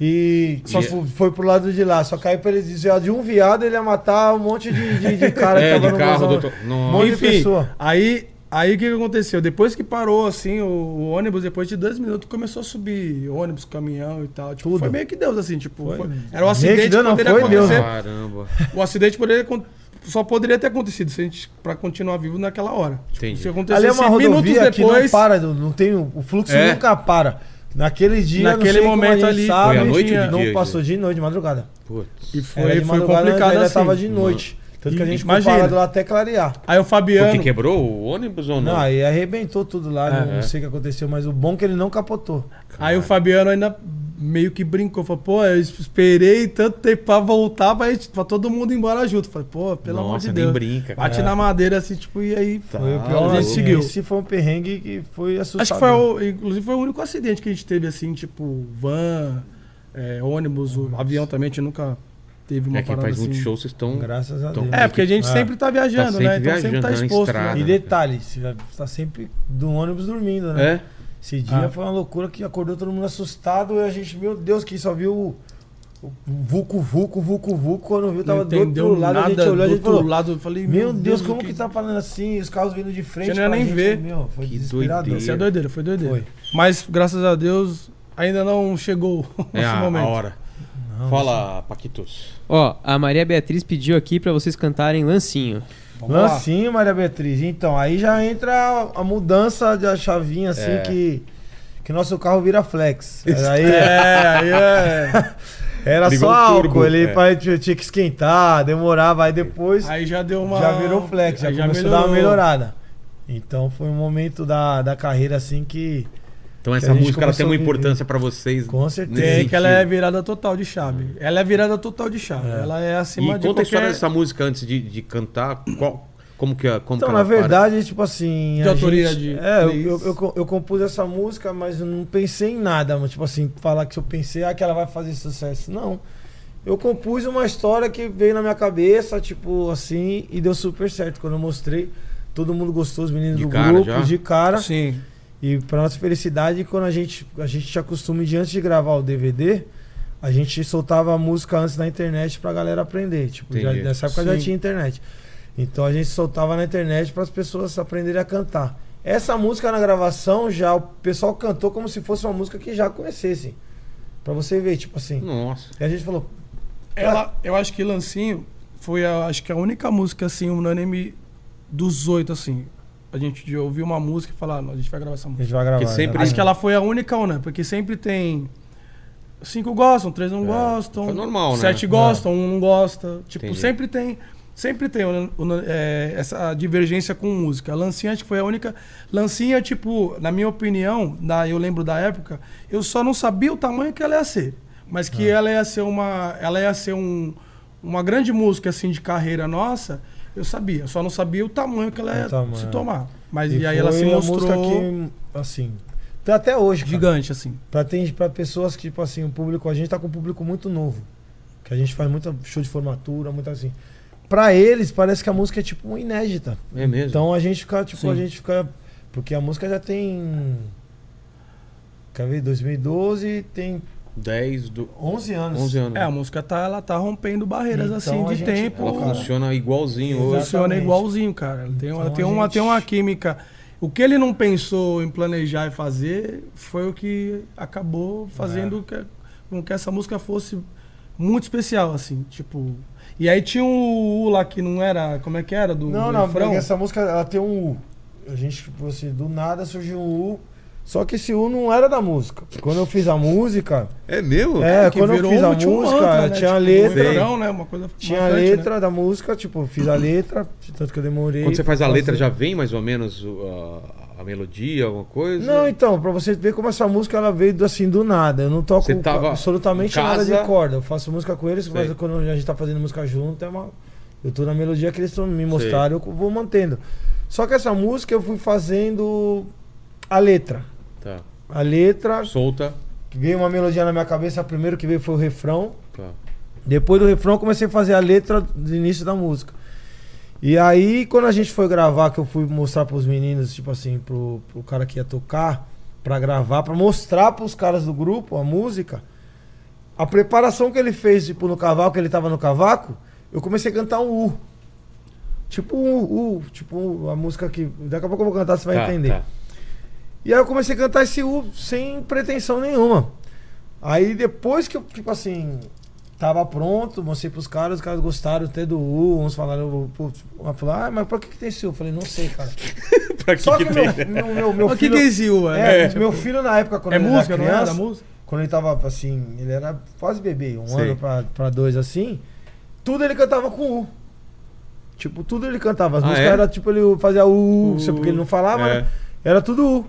E só E- é- fu- foi pro lado de lá. Só caiu pra ele desviar de um viado, ele ia matar um monte de, de, de cara É, que tava de no carro, busão. doutor. Um Nossa. monte de Enfim, pessoa. aí aí o que que aconteceu? Depois que parou assim o, o ônibus, depois de dois minutos começou a subir ônibus, caminhão e tal. Tipo, Tudo. foi meio que Deus assim, tipo, Foi. foi- era um Meio que acidente que Deus, não, poderia foi Deus, acontecer. Caramba. O acidente poderia acon- só poderia ter acontecido se a gente para continuar vivo naquela hora. Entendi. Se acontecesse Ali é uma minutos rodovia que não depois, para, não- não tem, o o fluxo É. nunca para. Naquele dia, Naquele não sei como a momento gente ali. sabe, Foi à noite ou de não dia, passou de noite, de madrugada. Putz. e Era É, foi, de foi madrugada, complicado ainda assim. tava de noite. Tanto que a E- gente imagina. ficou parado lá até clarear. Aí o Fabiano, Porque quebrou o ônibus ou não? Não, aí arrebentou tudo lá, não- É. não sei o que aconteceu, mas o bom é que ele não capotou. aí o Fabiano ainda meio que brincou, falou: "Pô, eu esperei tanto tempo pra voltar pra, gente- pra todo mundo ir embora junto". Falei: "Pô, pelo amor Nossa, de nem Deus". brinca, É. cara. Bate na madeira assim, tipo, e aí. Foi o pior. a gente assim, seguiu. Esse foi um perrengue que foi assustador. Acho que foi, o, inclusive, foi o único acidente que a gente teve, assim, tipo, van, é, ônibus, o avião também, a gente nunca teve uma É, quem parada faz assim. muito show, vocês estão... Graças a Então- Deus. É, porque a gente É. sempre tá Tá viajando, sempre né? Então sempre viajando, tá né, na exposto. estrada. né? E detalhe, você tá sempre do ônibus dormindo, né? É? Esse dia Ah. foi uma loucura que acordou todo mundo assustado e a gente, meu Deus, que só viu o- o vulco, vulco, vulco, vulco. Quando viu, tava Não do outro entendeu lado, nada a gente olhou, a do gente outro falou, lado. Eu falei, meu Deus, como que... tá falando assim? Os carros vindo de frente Você não ia pra nem gente, ver. Meu, foi Que desesperador. doideira. Isso é doideira, foi doideira. Foi. Mas, graças a Deus, ainda não chegou o É nosso a, a momento. hora. Fala, Paquitos. Ó, a Maria Beatriz pediu aqui pra vocês cantarem Lancinho. Vamos lá. Lancinho, Maria Beatriz. Então, aí já entra a- a mudança da chavinha, assim, É. que, que nosso carro vira flex. Aí, É, aí é. Era Ligou o só álcool, turbo, ele é. pra- tinha que esquentar, demorava, aí depois Aí já deu uma. já virou flex, já, aí começou a dar uma melhorada. Então foi um momento da, da carreira assim que, Então Que essa a gente música ela tem começou uma a viver. importância pra vocês. com certeza. Tem, que ela é sentido. virada total de chave. Ela é virada total de chave. Ela é E acima conta de a história qualquer... dessa música antes de, de cantar. Qual, como que é? Como Então, que na ela para? verdade, tipo assim. De a autoria gente- de- É, eu, Cris. eu, eu co- eu compus essa música, mas eu não pensei em nada. mas, Tipo assim, falar que se eu pensei, ah, que ela vai fazer sucesso. Não. Eu compus uma história que veio na minha cabeça, tipo assim, e deu super certo. Quando eu mostrei, todo mundo gostou, os meninos De do cara grupo, já? de cara. Sim. E pra nossa felicidade, quando a gente, a gente tinha costume de antes de gravar o DVD, a gente soltava a música antes na internet pra galera aprender. Tipo, já- Entendi. nessa época já Sim. tinha internet. Então a gente soltava na internet para as pessoas aprenderem a cantar. Essa música na gravação já o pessoal cantou como se fosse uma música que já conhecessem. Pra você ver, tipo assim. Nossa. E a gente falou, Ela, eu acho que Lancinho foi a, acho que a única música, assim, unânime dos oito, assim. A gente ouviu uma música e falar, "Ah, não, a gente vai gravar essa a música. gente vai gravar. Porque sempre- né? Acho que ela foi a única unânime, porque sempre tem... Cinco gostam, três não É. gostam. Foi normal, né? Sete gostam, um não gosta. Tipo, Entendi. sempre tem... Sempre tem una- una- é, essa divergência com música. Lancinha acho que foi a única. Lancinha, tipo, na minha opinião, na, eu lembro da época, eu só não sabia o tamanho que ela ia ser. Mas que ela ia ser uma. Ela ia ser um, uma grande música assim de carreira nossa, eu sabia. Eu só não sabia o tamanho que ela O ia tamanho. se tomar. Mas E e, aí ela se foi uma música mostrou que, assim, tá até hoje, cara. gigante, assim. Pra, tem, pra pessoas que, tipo assim, o público, a gente tá com um público muito novo. Que a gente faz muito show de formatura, muito assim. Pra eles, parece que a música é tipo uma inédita. É mesmo. Então a gente fica, tipo, a Sim. gente fica. Porque a música já tem. Quer ver? 2012 tem 10 do 11 anos. 11 anos. É, a música tá, ela tá rompendo barreiras Então, assim a de gente- tempo. Ela funciona igualzinho hoje. Funciona Exatamente. igualzinho, cara. Ela tem, ela Então, tem a uma, gente- tem uma química. O que ele não pensou em planejar e fazer foi o que É. acabou fazendo que- com que essa música fosse muito especial, assim, tipo. E aí tinha o U lá que não era. Como é que era? Do, Não, do não, refrão? porque essa música ela tem um U. A gente, tipo assim, do nada surgiu um U. Só que esse U não era da música. Quando eu fiz a música. É meu? É, que quando eu virou fiz a um- tinha um música, mantra, né? tinha a Tipo, letra. Um refrão, né? Uma coisa Tinha a marcante, letra né? da música, tipo, fiz a letra, de tanto que eu demorei. Quando você faz a pra letra, fazer. já vem mais ou menos uh, a melodia, alguma coisa? Não, então, pra você ver como essa música ela veio do- assim do nada. Eu não toco Você tava absolutamente em casa- nada de corda. Eu faço música com eles, mas Sei. quando a gente tá fazendo música junto, é uma. Eu tô na melodia que eles tão me mostraram, eu vou mantendo. Só que essa música eu fui fazendo a letra. Tá. A letra, Solta. veio uma melodia na minha cabeça, a primeira que veio foi o refrão. Tá. Depois do refrão, eu comecei a fazer a letra do início da música. E aí, quando a gente foi gravar, que eu fui mostrar pros meninos, tipo assim, pro, pro cara que ia tocar, pra gravar, pra mostrar pros caras do grupo a música, a preparação que ele fez, tipo, no cavaco, que ele tava no cavaco, eu comecei a cantar um U. Tipo um U, U, tipo a música que. Daqui a pouco eu vou cantar, você vai Tá, entender. tá. E aí eu comecei a cantar esse U sem pretensão nenhuma. Aí depois que eu, tipo assim, tava pronto, mostrei pros caras, os caras gostaram até do U, uns falaram, pô, um falou, ah, mas pra que, que tem esse U? Eu falei, não sei, cara. pra que, Só que que, tem? meu, meu, meu, meu O que, filho. que é esse U? é, É, meu filho na época, quando é ele música, era não é? Da criança, música? quando ele tava assim, ele era quase bebê, um Sei. ano pra, pra dois assim, tudo ele cantava com U. Tipo, tudo ele cantava. As Ah, músicas é? era tipo, ele fazia U, sei porque ele não falava, É. né? Era tudo U.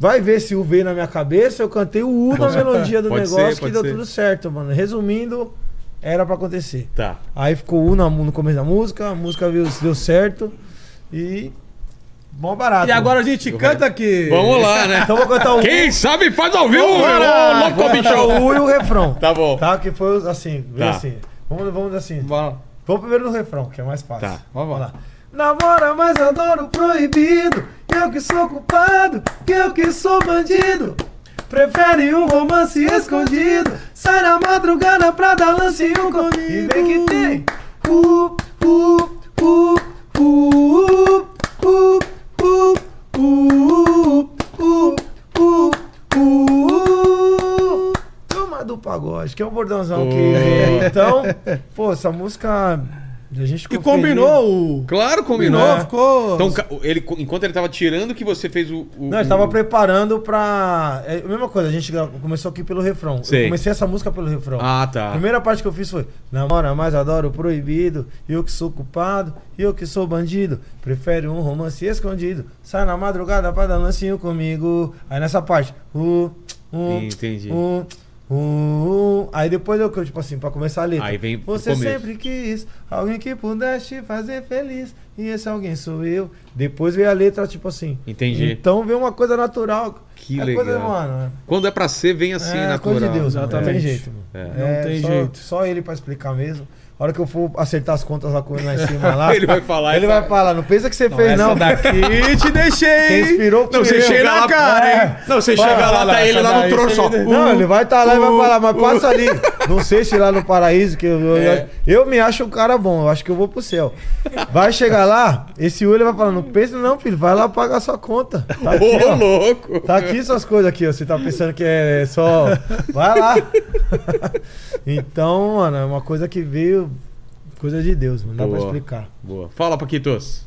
Vai ver se o veio na minha cabeça, eu cantei o U na Pode- melodia do pode ser, negócio que pode deu ser. tudo certo, mano. Resumindo, era pra acontecer. Tá. Aí ficou U na, no começo da música, a música veio, deu certo e. Bom barato. E agora a gente canta aqui. Vamos lá, né? Então vou cantar o U. Quem sabe faz ao vivo, meu! Bora! Ô, louco, Vou cantar bicho! o U e o refrão. Tá bom. Tá. Tá, que foi assim, veio Tá. assim. Vamos, vamos assim. Bora lá. Vamos primeiro no refrão, que é mais fácil. Tá, vamos lá. Namora, mas adoro o proibido. Eu que sou culpado, eu que sou bandido. Prefere um romance escondido. Sai na madrugada pra dar lance um comigo. E vem que tem. Uh, uh, uh, uh, uh, uh, uh, uh, uh, uh, uh. Turma do pagode, que é um bordãozão que. Então, pô, essa música. A gente E ficou feliz. combinou o. Claro, combinou. Combinou, ficou. Então, ca- ele, enquanto ele tava tirando, que você fez o. o- Não, eu tava o- preparando pra. É a mesma coisa, a gente gra- começou aqui pelo refrão. Sei. Eu comecei essa música pelo refrão. Ah, A tá. primeira parte que eu fiz foi: Namora, mas adoro o proibido. Eu que sou culpado, eu que sou bandido. Prefere um romance escondido. Sai na madrugada pra dar lancinho comigo. Aí nessa parte: Uh, uh, Entendi. Uh, uh, uh. Aí depois eu, tipo assim, pra começar a letra. Aí vem o Você começo. sempre quis alguém que pudesse te fazer feliz. E esse alguém sou eu. Depois veio a letra, tipo assim. Entendi. Então veio uma coisa natural. Que é legal. Coisa, mano, Quando é pra ser, vem é assim, é natural. coisa de Deus, mano. Exatamente. Não tem jeito. mano. É. Não tem só, jeito. Só ele pra explicar mesmo. A hora que eu for acertar as contas lá com ele lá em cima lá. Ele vai falar, Ele ele vai vai- falar. Não pensa que você fez, não. E te Quem deixei. inspirou Não, você fui eu. chega lá, Vai na cara, É. hein? Não, você Vai chega lá, falar, tá ele essa lá no daí trono você só. me deu. Não, ele vai estar lá e vai falar, mas passa ali. Não sei se lá no paraíso, que eu, eu- É. eu me acho um cara bom, eu acho que eu vou pro céu. Vai chegar lá, esse olho vai falar, não pensa não, filho, vai lá pagar sua conta. Tá aqui, Ô, ó. louco! Tá aqui essas coisas aqui, ó. Você tá pensando que é só. Vai lá! então, mano, é uma coisa que veio. Coisa de Deus, mano. Não dá pra Boa. explicar. Boa. Fala, Paquitos.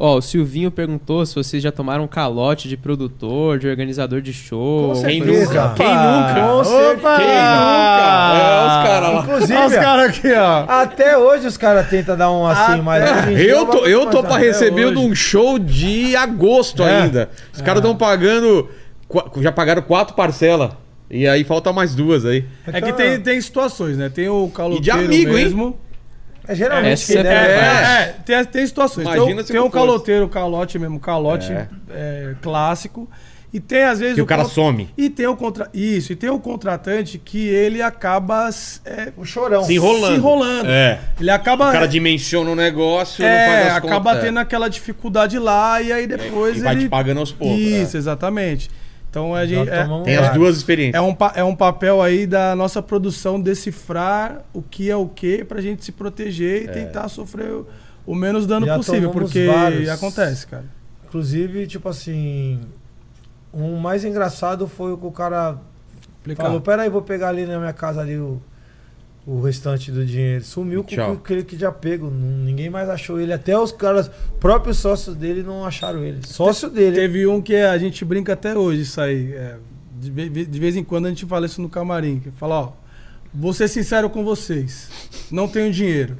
Ó, o Silvinho perguntou se vocês já tomaram calote de produtor, de organizador de show. Tá alguma Quem coisa nunca? assim. Quem nunca? Ah, Com certeza. Quem nunca? É, os caras lá. Inclusive, Olha os caras aqui, ó. até hoje os caras tentam dar um assim, mas. hoje em dia Eu tô, vou eu tô mais pra nada. receber hoje. de um show de agosto É. ainda. Os caras estão pagando. qua- Já pagaram quatro parcelas. E aí falta mais duas aí. É que tem, tem situações, né? Tem o caloteiro E de amigo, hein? mesmo. É, geralmente Essa quem é deve- verdade. É, é, tem, tem situações. Imagina Tem o- se tem não um fosse. caloteiro, calote mesmo, calote É. é, clássico. E tem, às vezes. Que o cara contra- some. E tem o contra... Isso, e tem o contratante que ele acaba é, O um chorão. Se enrolando. se enrolando. É. Ele acaba. O cara dimensiona o negócio, é, não faz as acaba contas. tendo aquela dificuldade lá e aí depois E ele. vai te pagando aos poucos. Isso, é. exatamente. Então a Já gente. é- tomamos Tem vários. as duas experiências. É um, pa- é um papel aí da nossa produção decifrar o que é o que pra gente se proteger e tentar sofrer o, o menos dano É. Já possível, tomamos porque vários. acontece, cara. Inclusive, tipo assim. O mais engraçado foi o que o cara Falou, Complicado. peraí, vou pegar ali na minha casa ali o, o restante do dinheiro. Sumiu com Tchau. o que ele que já pego. N- Ninguém mais achou ele. Até os caras, próprios sócios dele, não acharam ele. Sócio dele. Teve um que a gente brinca até hoje, isso aí. é, de, ve- de vez em quando a gente fala isso no camarim. Que fala, ó, vou ser sincero com vocês. Não tenho dinheiro.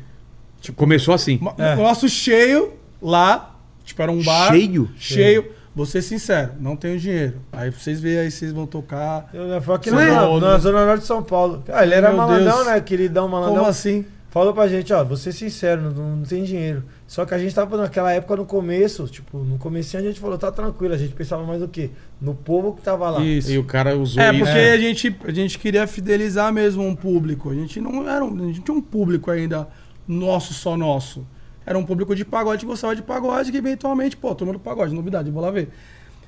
Tipo, Começou assim. Ma- É. Nosso cheio lá, tipo, era um bar. Cheio? Cheio. Vou ser sincero, não tenho dinheiro. Aí pra vocês verem aí, vocês vão tocar. Eu, eu, foi aqui Não é? na, na Zona Norte de São Paulo. Ah, ele era Meu malandrão, Deus. né? Queridão malandrão. Como assim? falou pra gente, ó, vou ser sincero, não, não tem dinheiro. Só que a gente tava naquela época no começo, tipo, no comecinho a gente falou, tá tranquilo, a gente pensava mais no quê? No povo que tava lá. Isso. E o cara usou É, isso. porque a, gente, a gente queria fidelizar mesmo um público. A gente não era um, a gente não tinha um público ainda nosso, só nosso. Era um público de pagode que gostava de pagode, que eventualmente, pô, turma do pagode, novidade, vou lá ver.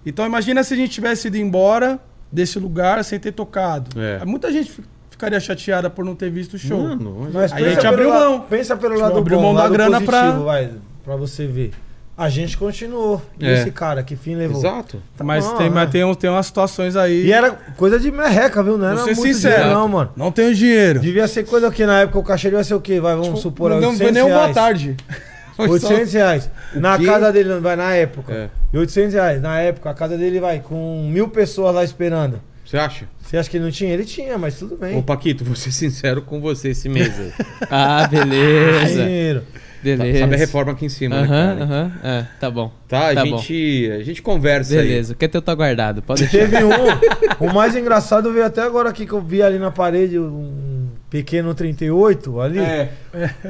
Então imagina se a gente tivesse ido embora desse lugar sem ter tocado. É. Muita gente fi- ficaria chateada por não ter visto o show. Mano, olha- Mas Aí pensa a gente pelo abriu la- mão. Pensa pelo Tipo, lado abriu bom, mão da lado grana pra- positivo, vai, pra você ver. A gente continuou. E É. esse cara, que fim levou? Exato. Tá mas, bom, tem, né? mas tem, uns- tem umas situações aí. E era coisa de merreca, viu? Não era Vou ser muito sincero. dinheiro, não, mano. Não tenho dinheiro. Devia ser coisa que na época o cachê devia ser o quê? Vai, vamos Tipo, supor, não 800 foi nem um boa reais. tarde. Foi só- 800 reais. Na quê? casa dele, vai, na época. É. E 800 reais. Na época, a casa dele vai com mil pessoas lá esperando. Você acha? Você acha que ele não tinha? Ele tinha, mas tudo bem. Ô, Paquito, vou ser sincero com você esse mês. aí. Ah, Tem é. beleza. dinheiro. beleza. Sabe a reforma aqui em cima, né, Aham, cara? aham. É, tá bom. Tá, a, Tá bom. gente, a gente conversa aí. Beleza, o que é teu tá guardado, pode deixar. Teve um. o mais engraçado veio até agora aqui que eu vi ali na parede um pequeno 38 ali. É.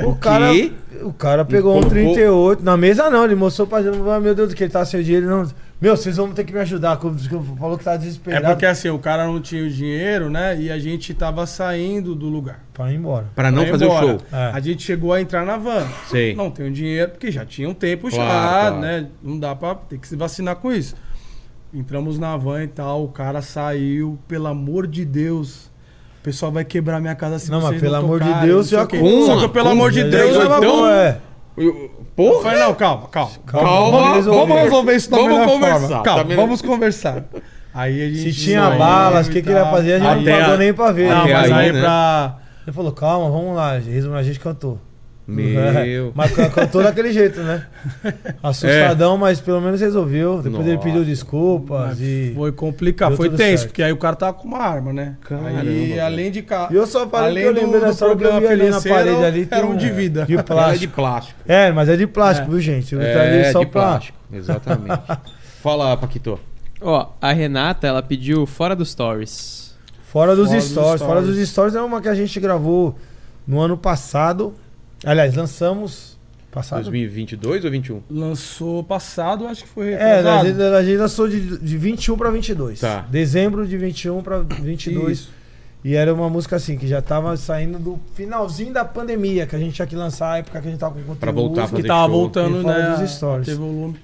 O cara, quê? o cara pegou um Colocou. 38. Na mesa não, ele mostrou pra gente. ah, Meu Deus, que ele tá sem dinheiro. Não. Meu, vocês vão ter que me ajudar. como- Falou que tá É desesperado. porque assim, o cara não tinha o dinheiro, né? E a gente tava saindo do lugar. Pra ir embora. Pra não Pra ir fazer embora. o show. É. A gente chegou a entrar na van. Sei. Não tenho dinheiro, porque já tinha um tempo já, Claro, claro. né? Não dá pra ter que se vacinar com isso. Entramos na van e tal, o cara saiu, pelo amor de Deus. O pessoal vai quebrar minha casa se Não, mas vocês pelo amor de tocarem, Deus, não sei já o quê. com- Só que eu, pelo com- amor de já Deus, já eu tava então- bom. é. Eu- Eu falei, Porra! não, calma, calma. Calma, Calma, vamos resolver. Vamos resolver isso da Vamos melhor conversar, forma. tá Calma, melhor. vamos conversar. Aí a gente Se tinha saiu balas, o e que, que ele ia tal. fazer? A gente Até não pagou a- nem pra ver. até Não, aí, mas aí né? pra... Ele falou, calma, vamos lá. Resumo, a gente cantou. é Meu. Mas can- cantou daquele jeito, né? Assustadão, mas pelo menos resolveu. Depois ele Nossa. pediu desculpas Mas e... Foi complicado, Deu foi tudo tenso, certo. porque aí o cara tava com uma arma, né? Caramba, aí, velho. além de cá. E eu só Além falei que eu do- lembrei do da história que eu vi problema ali na financeiro, parede ali. tem era um de vida. De Ela é de plástico. plástico. É, mas é de plástico, viu, gente? Eu tá ali É, só de pra... plástico. Exatamente. Fala, Paquito. Ó, a Renata, ela pediu fora dos stories. Fora dos Fora dos stories. Fora stories. dos stories é uma que a gente gravou no ano passado. Aliás, lançamos... Tá. Passado? 2022 ou 21? Lançou passado, acho que foi. É, retrasado. a gente, a gente lançou de, de 21 pra 22. Tá. Dezembro de 21 pra 22. Isso. E era uma música assim, que já tava saindo do finalzinho da pandemia, que a gente tinha que lançar a época que a gente tava com conteúdo. Pra voltar né? a Que fazer tava show. voltando, E fora né? dos stories. Teve volume.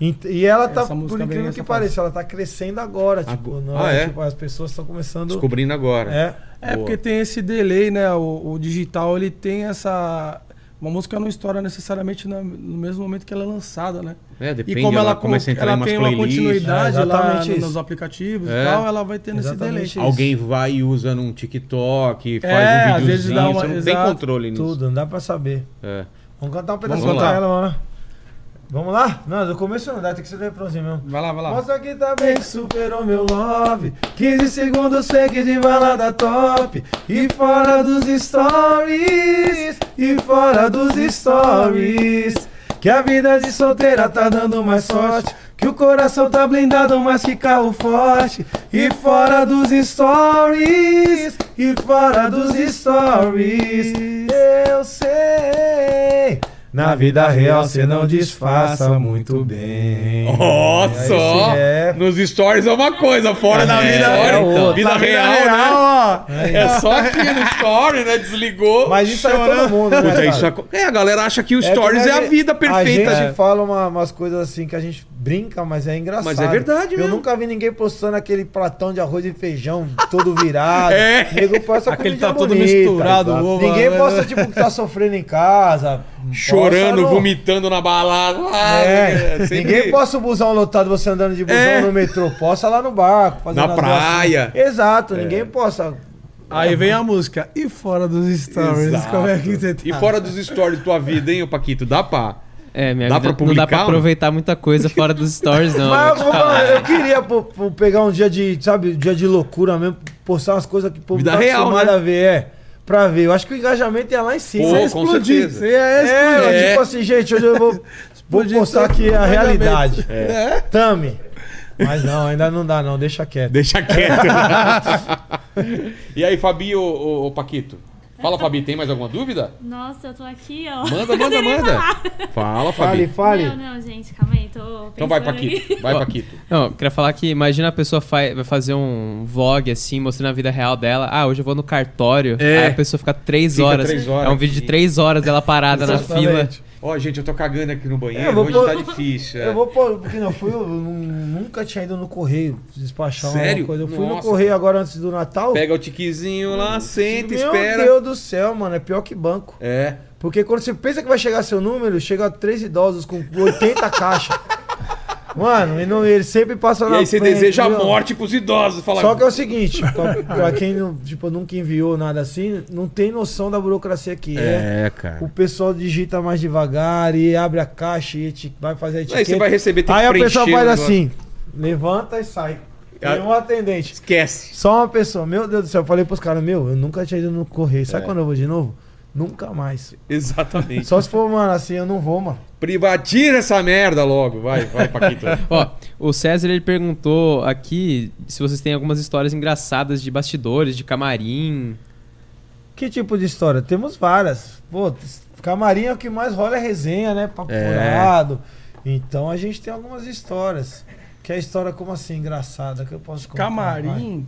E, e ela tá, Essa música por vem incrível nessa que pareça, ela tá crescendo agora. Tipo, Agora- não, Ah, é? tipo, as pessoas estão começando. Descobrindo agora. É. É, Boa. porque tem esse delay, né? O, o digital, ele tem essa. Uma música não estoura necessariamente na- no mesmo momento que ela é lançada, né? É, depende, e como ela, co- começa a entrar ela em umas tem uma playlists. né? continuidade É, lá exatamente no- isso. nos aplicativos É. e tal, ela vai tendo esse delay. Exatamente isso. Alguém vai e usa num TikTok, faz É, um às vezes videozinho, dá uma- você não tem exato, controle nisso. Tudo, não dá pra saber. É. Vamos cantar um pedacinho Vamos pra lá. ela, mano. Vamos lá? Não, do começo não dá, tem que ser do refrãozinho mesmo. Vai lá, vai lá. Mostra que tá bem, que superou meu love. 15 segundos segue de balada top. E fora dos stories, e fora dos stories. Que a vida de solteira tá dando mais sorte. Que o coração tá blindado, mas que carro forte. E fora dos stories, e fora dos stories. Eu sei. Na vida real você não disfarça muito bem. Ó, Aí só! se é. Nos stories é uma coisa, fora na vida, é outra. vida Na vida real, né? Ah, ó! É só aqui no story, né? Desligou. Mas isso aí todo mundo, né? Puta, cara? isso aco- é... a galera acha que o É que stories é, nós- a vida perfeita. A gente É. fala uma- umas coisas assim que a gente brinca, mas é engraçado. Mas é verdade Eu mesmo. nunca vi ninguém postando aquele pratão de arroz e feijão todo virado. É. Nego posta Aquele comida tá todo bonita. misturado, Exato. ovo, Ninguém né? posta, tipo, que tá sofrendo em casa. Chorando, Posta, não. vomitando na balada. Ah, É, sempre- ninguém posta o busão lotado, você andando de busão É. no metrô. Posta lá no barco. fazendo Na as duas- praia. É. Exato, ninguém posta. Aí vem a música. E fora dos stories, Exato. como é que você tá? E fora dos stories tua vida, hein, ô Paquito? Dá pá. É, minha Dá vida pra não dá pra publicar, aproveitar muita coisa fora dos stories, não. Mas vou eu, te falar. eu queria pô, pô, pegar um dia de, sabe, dia de loucura mesmo, postar umas coisas que o povo Vida tá real, acostumado né? a ver, é. Pra ver. Eu acho que o engajamento ia lá em cima. Pô, Você com explodir. certeza. Você ia explodir. É. Tipo assim, gente, hoje eu vou, vou Explodir postar tanto aqui a engajamento. realidade. É. Tame. Mas não, ainda não dá, não. Deixa quieto. Deixa quieto. e aí, Fabi ou, ou- ou Paquito? Fala, Fabi, tem mais alguma dúvida? Nossa, eu tô aqui, ó. Manda, manda, Sem nem manda. falar. Fala, Fale, Fabi. fale. Não, não, gente, calma aí, tô Então vai, pensando aqui. Paquito. Vai, Ó. Paquito. Não, eu queria falar que imagina a pessoa fa- vai fazer um vlog assim, mostrando a vida real dela. Ah, hoje eu vou no cartório. É. Aí a pessoa fica três Fica horas. três horas É um vídeo aqui. de três horas dela Tá parada na fila. Exatamente. Ó, gente, eu tô cagando aqui no banheiro, Eu vou hoje pôr- tá difícil. é. Eu vou pôr, porque não, eu fui, eu nu- nunca tinha ido no correio despachar Sério? uma coisa. Eu fui Nossa. no correio agora antes do Natal. Pega o tiquezinho lá, senta, Meu espera. Deus do céu, mano, é pior que banco. É. Porque quando você pensa que vai chegar seu número, chega três idosos com 80 caixas. Mano, e não, ele sempre passa E na aí você frente, deseja a viu? morte pros idosos. Fala, Só que é o seguinte, pra, pra quem não, tipo, nunca enviou nada assim, não tem noção da burocracia que é. É, O cara. pessoal digita mais devagar e abre a caixa e eti- vai fazer a etiqueta. Aí você vai receber, tem Aí que a preencher pessoa o faz negócio. assim, levanta e sai. Ah. Tem um atendente. Esquece. Só uma pessoa, meu Deus do céu, eu falei pros caras, meu, eu nunca tinha ido no correio. Sabe É. quando eu vou de novo? Nunca mais. Exatamente. Só se for, mano, assim, eu não vou, mano. Privatiza essa merda logo. Vai, vai, Paquito. Ó, o César ele perguntou aqui se vocês têm algumas histórias engraçadas de bastidores, de camarim. Que tipo de história? Temos várias. Pô, camarim é o que mais rola é resenha, né? Papo É. furado. Então a gente tem algumas histórias. Que é a história como assim, engraçada, que eu posso contar. vai. Camarim.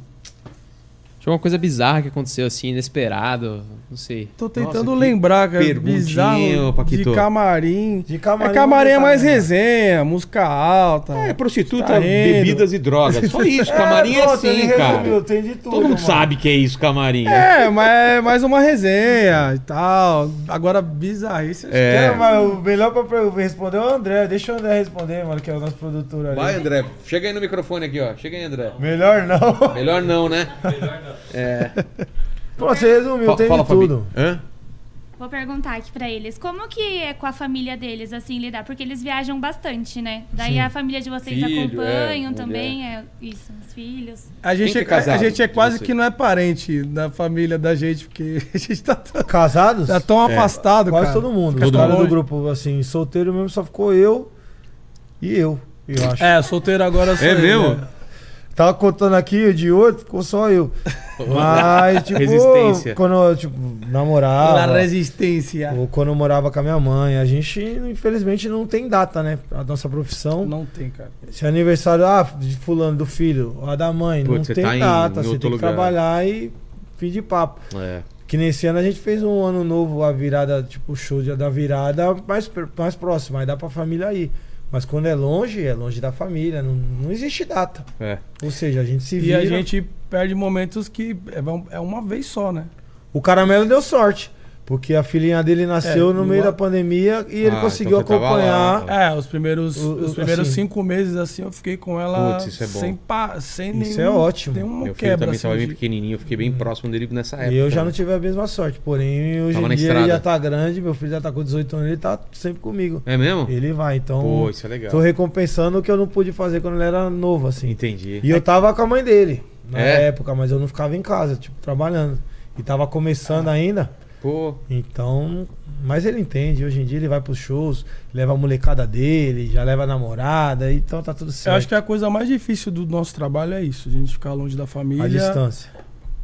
Tinha alguma coisa bizarra que aconteceu assim, inesperado, não sei. Tô Nossa, tentando que lembrar, cara. perguntinha, ô, Bizarro. Paquito. De camarim. De camarim. é camarim eu é vou mais tentar resenha, música alta. tá, né? É, prostituta, Tá rindo. bebidas e drogas. Só isso, lembrar. camarim é, pronto, assim, ele cara. resumiu, tem de tudo, Todo mundo mano. sabe que é isso, camarim. né? É, mas é mais uma resenha e tal. Agora, bizarrice. acho É. É, mas o melhor pra pra eu responder é o André. Deixa o André responder, mano, que é o nosso produtor ali. Vai, André. Chega aí no microfone aqui, ó. Chega aí, André. Melhor não. Melhor não, né? É. Pronto, você resumiu, Fa- tem de Fabi. tudo. Hã? Vou perguntar aqui pra eles, como que é com a família deles, assim, lidar? Porque eles viajam bastante, né? Daí a família de vocês Filho, acompanham é, também, é isso, os filhos. A gente, que é é, a casado gente é de quase vocês? que não é parente da família da gente, porque a gente tá tão, Casados? tá tão É. afastado, Quase cara. todo mundo. Fica Todo tão cara do longe. grupo, assim, solteiro mesmo, só ficou eu e eu, eu acho. É, solteiro agora sou É eu, mesmo? né? Tava contando aqui o de outro, ficou só eu. Mas, tipo, Resistência. quando eu, tipo, Ah. Na namorava, resistência. ou quando eu morava com a minha mãe, a gente, infelizmente, não tem data, né? A nossa profissão. Não tem, cara. Se é aniversário, ah, de fulano, do filho, a da mãe, Putz, você não tem tá em- data, em você outro tem que lugar. trabalhar e fim de papo. É. Que nesse ano a gente fez um ano novo, a virada, tipo, o show de- da virada mais, pr- mais próximo, aí dá pra família ir. Mas quando é longe, é longe da família, não, não existe data. É. Ou seja, a gente se E vira. a gente perde momentos que é um- é uma vez só, né? O caramelo deu sorte, porque a filhinha dele nasceu É, no meio no- da pandemia e ele Ah, conseguiu então você tava lá, acompanhar. então. É, os primeiros, Ah. O- o- os primeiros assim- cinco meses assim eu fiquei com ela Putz, isso é bom. sem pa, sem Isso é ótimo. nenhuma Meu filho quebra, também assim, estava bem de- pequenininho, eu fiquei bem próximo dele nessa época. e eu já não né? tive a mesma sorte, porém hoje Tava em na dia estrada. ele já tá grande, meu filho já tá com 18 anos, ele tá sempre comigo. É mesmo? Ele vai, então Pô, isso é legal. tô recompensando o que eu não pude fazer quando ele era novo, assim. Entendi. E eu tava com a mãe dele na É? época, mas eu não ficava em casa, tipo, trabalhando. E tava começando ainda, Pô, então. Mas ele entende, hoje em dia ele vai pros shows, leva a molecada dele, já leva a namorada, então tá tudo certo. Eu acho que a coisa mais difícil do nosso trabalho é isso, a gente ficar longe da família, A distância.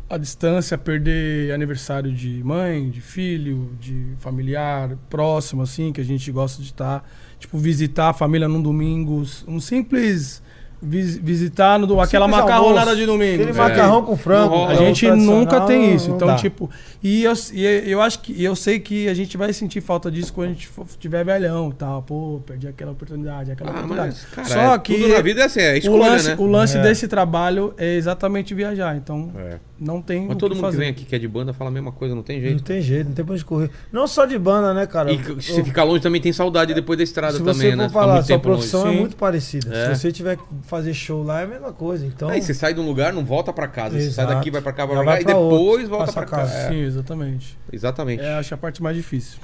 a distância, perder aniversário de mãe, de filho, de familiar próximo, assim, que a gente gosta de estar, tipo, visitar a família num domingo, um simples vis- visitar no, do- aquela Um Simples macarronada almoço. de domingo. É. Aquele sabe? macarrão com frango. Não rola. A é o gente tradicional, nunca tem isso. não Então, dá. tipo, e eu, e eu acho que e eu sei que a gente vai sentir falta disso quando a gente for- tiver velhão e tal. Pô, perdi aquela oportunidade, aquela ah, oportunidade. mas, cara, Só é- que tudo na vida é assim, é o escolha, lance, né? o lance É. desse trabalho é exatamente viajar. Então, É. não tem Mas o todo que mundo fazer. que vem aqui que é de banda fala a mesma coisa, não tem Não jeito. tem jeito, não tem pra onde correr. Não só de banda, né, cara? E que- se Eu- É. ficar longe também tem saudade depois da estrada se você também, for né? Ficar falar, muito sua tempo longe. profissão é Sim. muito parecida. É. Se você tiver que fazer show lá, é a mesma coisa. Então, Aí você sai de um lugar, não volta pra casa. Você sai Exato. daqui, vai pra cá, vai Já pra cá vai e pra outro, depois volta passa pra a casa. É, casa. Sim, exatamente. exatamente. É, acho a parte mais difícil.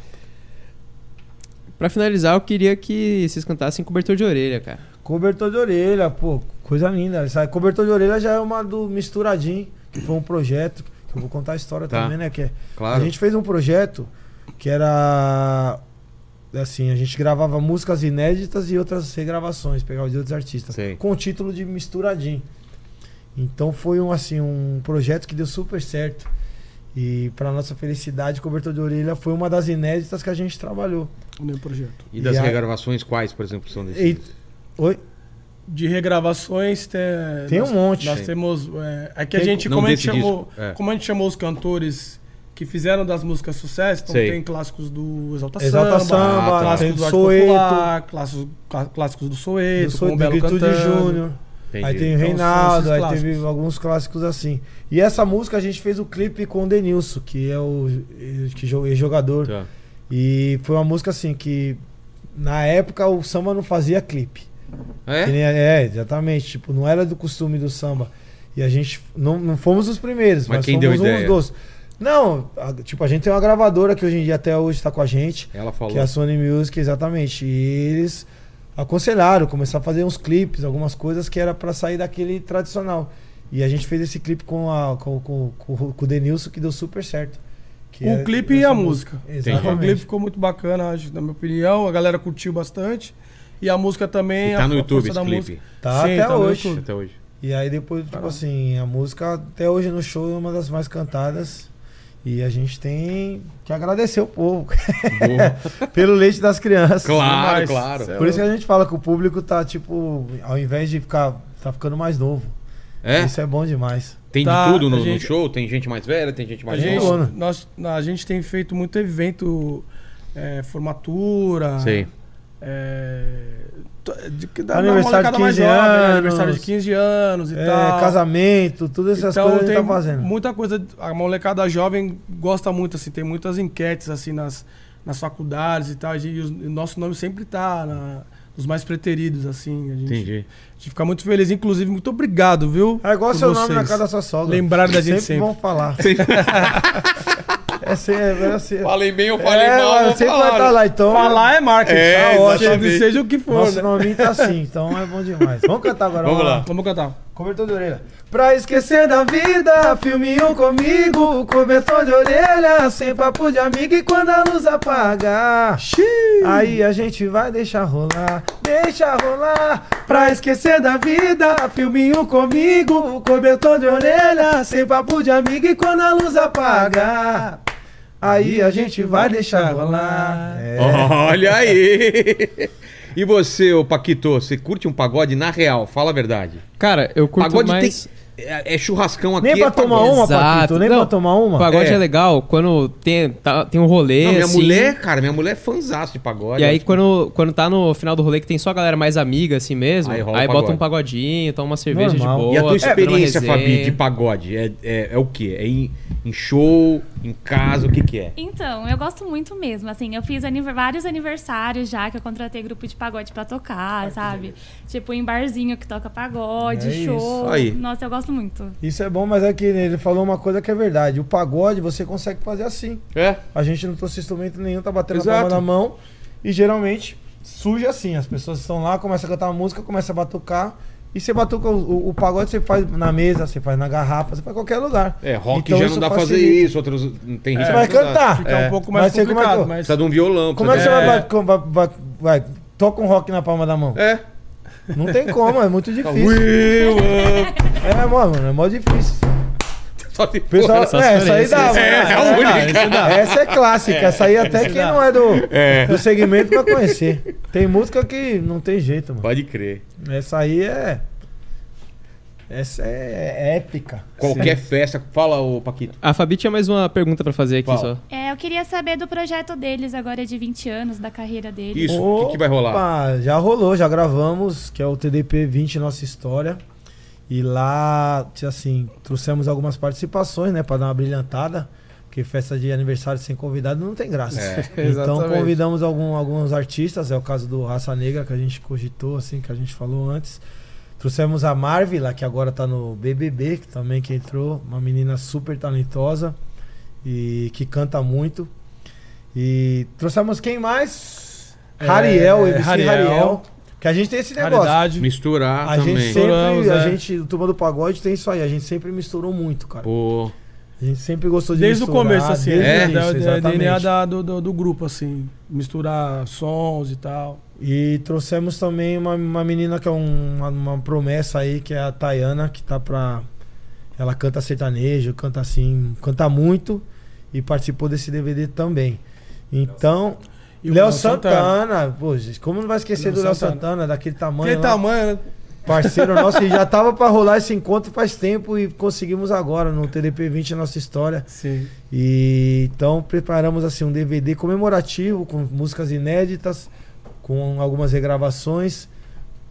Pra finalizar, eu queria que vocês cantassem cobertor de orelha, cara. cobertor de orelha, pô, coisa linda. Essa cobertor de orelha já é uma do Misturadinho, que foi um projeto, que eu vou contar a história Tá. também, né? Que é, Claro. A gente fez um projeto que era. Assim, a gente gravava músicas inéditas e outras regravações, pegava de outros artistas. Sei. Com o título de Misturadinho. Então foi um, assim, um projeto que deu super certo. E para nossa felicidade, Cobertor de Orelha foi uma das inéditas que a gente trabalhou. O meu projeto. E das E a- regravações, quais, por exemplo, são E- desses? Oi? De regravações tem. Tem um nós- monte. Nós Sim. temos. É, é que a Tem- gente, não como a gente, desse chamou, disco, é. como a gente chamou os cantores que fizeram das músicas sucesso, então Sei. tem clássicos do Exalta, Ah, Samba, Exalta tá. Samba, tem clássicos do do Arte Soeto, Popular, clássicos, clá- clássicos do Soeto, do com Soeto, o do Belo Virtude Cantando. Júnior. Entendi. Aí tem o Então, são Reinaldo, esses aí clássicos. teve alguns clássicos assim. E essa música a gente fez o clipe com o Denilson, que é o que jo- jogador. Tá. E foi uma música assim que na época o samba não fazia clipe. Que É? nem- É, exatamente. Tipo, não era do costume do samba. E a gente não, não fomos os primeiros, Mas mas, quem deu fomos ideia? uns dos. Não, a- tipo, a gente tem uma gravadora que hoje em dia até hoje tá com a gente. Ela falou. Que é a Sony Music, exatamente. E eles aconselharam começar a fazer uns clipes, algumas coisas que era pra sair daquele tradicional. E a gente fez esse clipe com, a, com, com, com, com o Denilson, que deu super certo. Que O é clipe e essa a música. O clipe Exatamente. ficou muito bacana, acho, na minha opinião. A galera curtiu bastante. E a música também. E tá a- no a YouTube força esse da clipe. Tá Sim, até tá no hoje. Até hoje. E aí depois, tipo assim, a música até hoje no show é uma das mais cantadas. E a gente tem que agradecer o povo Boa. pelo leite das crianças. claro, Demais. claro. Por isso que a gente fala que o público tá, tipo, ao invés de ficar. tá ficando mais novo. É? Isso é bom demais. Tem Tá, de tudo no, a no gente- show? Tem gente mais velha, tem gente Tá A mais gente, nova? Bacana. nós, a gente tem feito muito evento, é, formatura. Sei. É, t- de- que da- da Aniversário molecada de mais 15 jovem, né? anos. Aniversário de 15 anos e É, tal. casamento, todas essas então coisas a tem gente tá fazendo. muita coisa. A molecada jovem gosta muito, assim, tem muitas enquetes assim nas, nas faculdades e tal. E os- e o nosso nome sempre tá na- nos mais preteridos, assim. A gente, Entendi. a gente fica muito feliz. Inclusive, muito obrigado, viu? É igual por seu nome vocês. na casa da sua sogra. Lembraram da gente Sempre sempre. vão falar. é assim, é, é assim. Falei bem, eu falei É, mal. mas não sempre vai estar falaram. lá, então. Falar é marketing. É, tá ótimo, exatamente. seja o que for. Nosso né? nominho tá assim, então é bom demais. Vamos cantar agora. Vamos lá. Vamos cantar. Cobertor de orelha. Pra esquecer da vida, filme um comigo. Cobertor de orelha, sem papo de amigo. E quando a luz apagar, aí a gente vai deixar rolar. Deixa rolar. Pra esquecer da vida, filme um comigo. Cobertor de orelha, sem papo de amigo. E quando a luz apagar, aí a gente vai deixar rolar. É. Olha aí. E você, ô Paquito, você curte um pagode na real? Fala a verdade. Cara, eu curto pagode mais... tem. É, é churrascão aqui. Nem pra é pagode. tomar um. uma, Paquito. Exato. Nem Não, pra tomar uma. Pagode É. é, legal quando tem, tá- tem um rolê, Não, minha assim, mulher, cara, minha mulher é fanzaço de pagode. E aí, Acho que- quando, quando tá no final do rolê, que tem só a galera mais amiga, assim mesmo, Aí aí, rola o bota pagode. um pagodinho, toma uma cerveja Normal. de boa. E a tua tá dando uma experiência, Fabi, resenha. de pagode? É, é, é o quê? É em, em show, em casa, o que que é? Então, eu gosto muito mesmo, assim, eu fiz aniver- vários aniversários já, que eu contratei grupo de pagode pra tocar, sabe? Tipo, em barzinho que toca pagode, É show. isso. Aí. Nossa, eu gosto muito. Isso é bom, mas é que ele falou uma coisa que é verdade. O pagode você consegue fazer assim. É? A gente não trouxe instrumento nenhum, tá batendo a Exato. palma na mão. E geralmente surge assim. As pessoas estão lá, começam a cantar uma música, começam a batucar. E você batuca o, o- o pagode, você faz na mesa, você faz na garrafa, você faz em qualquer lugar. É, rock Então já isso não dá pra fazer facilita. É. isso, outros não tem Você ritmo. vai não dá. cantar. Fica É. um pouco mais Mas sei como é que complicado, eu- mas. Precisa de um violão. Como é que você precisa vai, de- bat- com- vai, vai, vai- Toca um rock na palma da mão. É. Não tem como, é muito difícil. Will up. É, mano, é mó difícil. Só se for. Pessoal, Essas é, essa aí referências. dá. É, mano. é a Essa única. dá, essa dá. Essa é clássica. Essa aí até quem não é do, É. do segmento vai conhecer. Tem música que não tem jeito, mano. Pode crer. Essa aí é. Essa é épica. Qualquer festa. Fala, ô Paquito. A Fabi tinha mais uma pergunta pra fazer aqui Fala. só. É, eu queria saber do projeto deles agora de 20 anos, da carreira deles. Isso, o que, que vai rolar? Opa, já rolou, já gravamos, que é o TDP 20 Nossa História. E lá, assim, trouxemos algumas participações, né, pra dar uma brilhantada. Porque festa de aniversário sem convidado não tem graça. É. então Exatamente. convidamos algum- alguns artistas, é o caso do Raça Negra, que a gente cogitou, assim, que a gente falou antes. Trouxemos a Marvila, que agora tá no BBB, que também que entrou, uma menina super talentosa e que canta muito. E trouxemos quem mais? É, Rariel, MC Rariel. Rariel. Que a gente tem esse negócio. Raridade. Misturar A também. gente sempre, Misturamos, a é. gente, o Turma do Pagode tem isso aí, a gente sempre misturou muito, cara. Pô. A gente sempre gostou de Desde o misturar, começo, assim, desde né? é, o da, início, da- da DNA exatamente. da- do, do, do grupo, assim. Misturar sons e tal. E trouxemos também uma, uma menina que é um- uma, uma promessa aí, que é a Tayana, que tá pra Ela canta sertanejo, canta assim, canta muito e participou desse DVD também. Então, E o Léo Léo Santana, Santana. pô, gente, como não vai esquecer Léo do Léo Santana. Santana, daquele tamanho, Que lá, tamanho, né? parceiro nosso, e já tava pra rolar esse encontro faz tempo e conseguimos agora no TDP 20 a nossa história. Sim. E então preparamos assim um DVD comemorativo com músicas inéditas, com algumas regravações.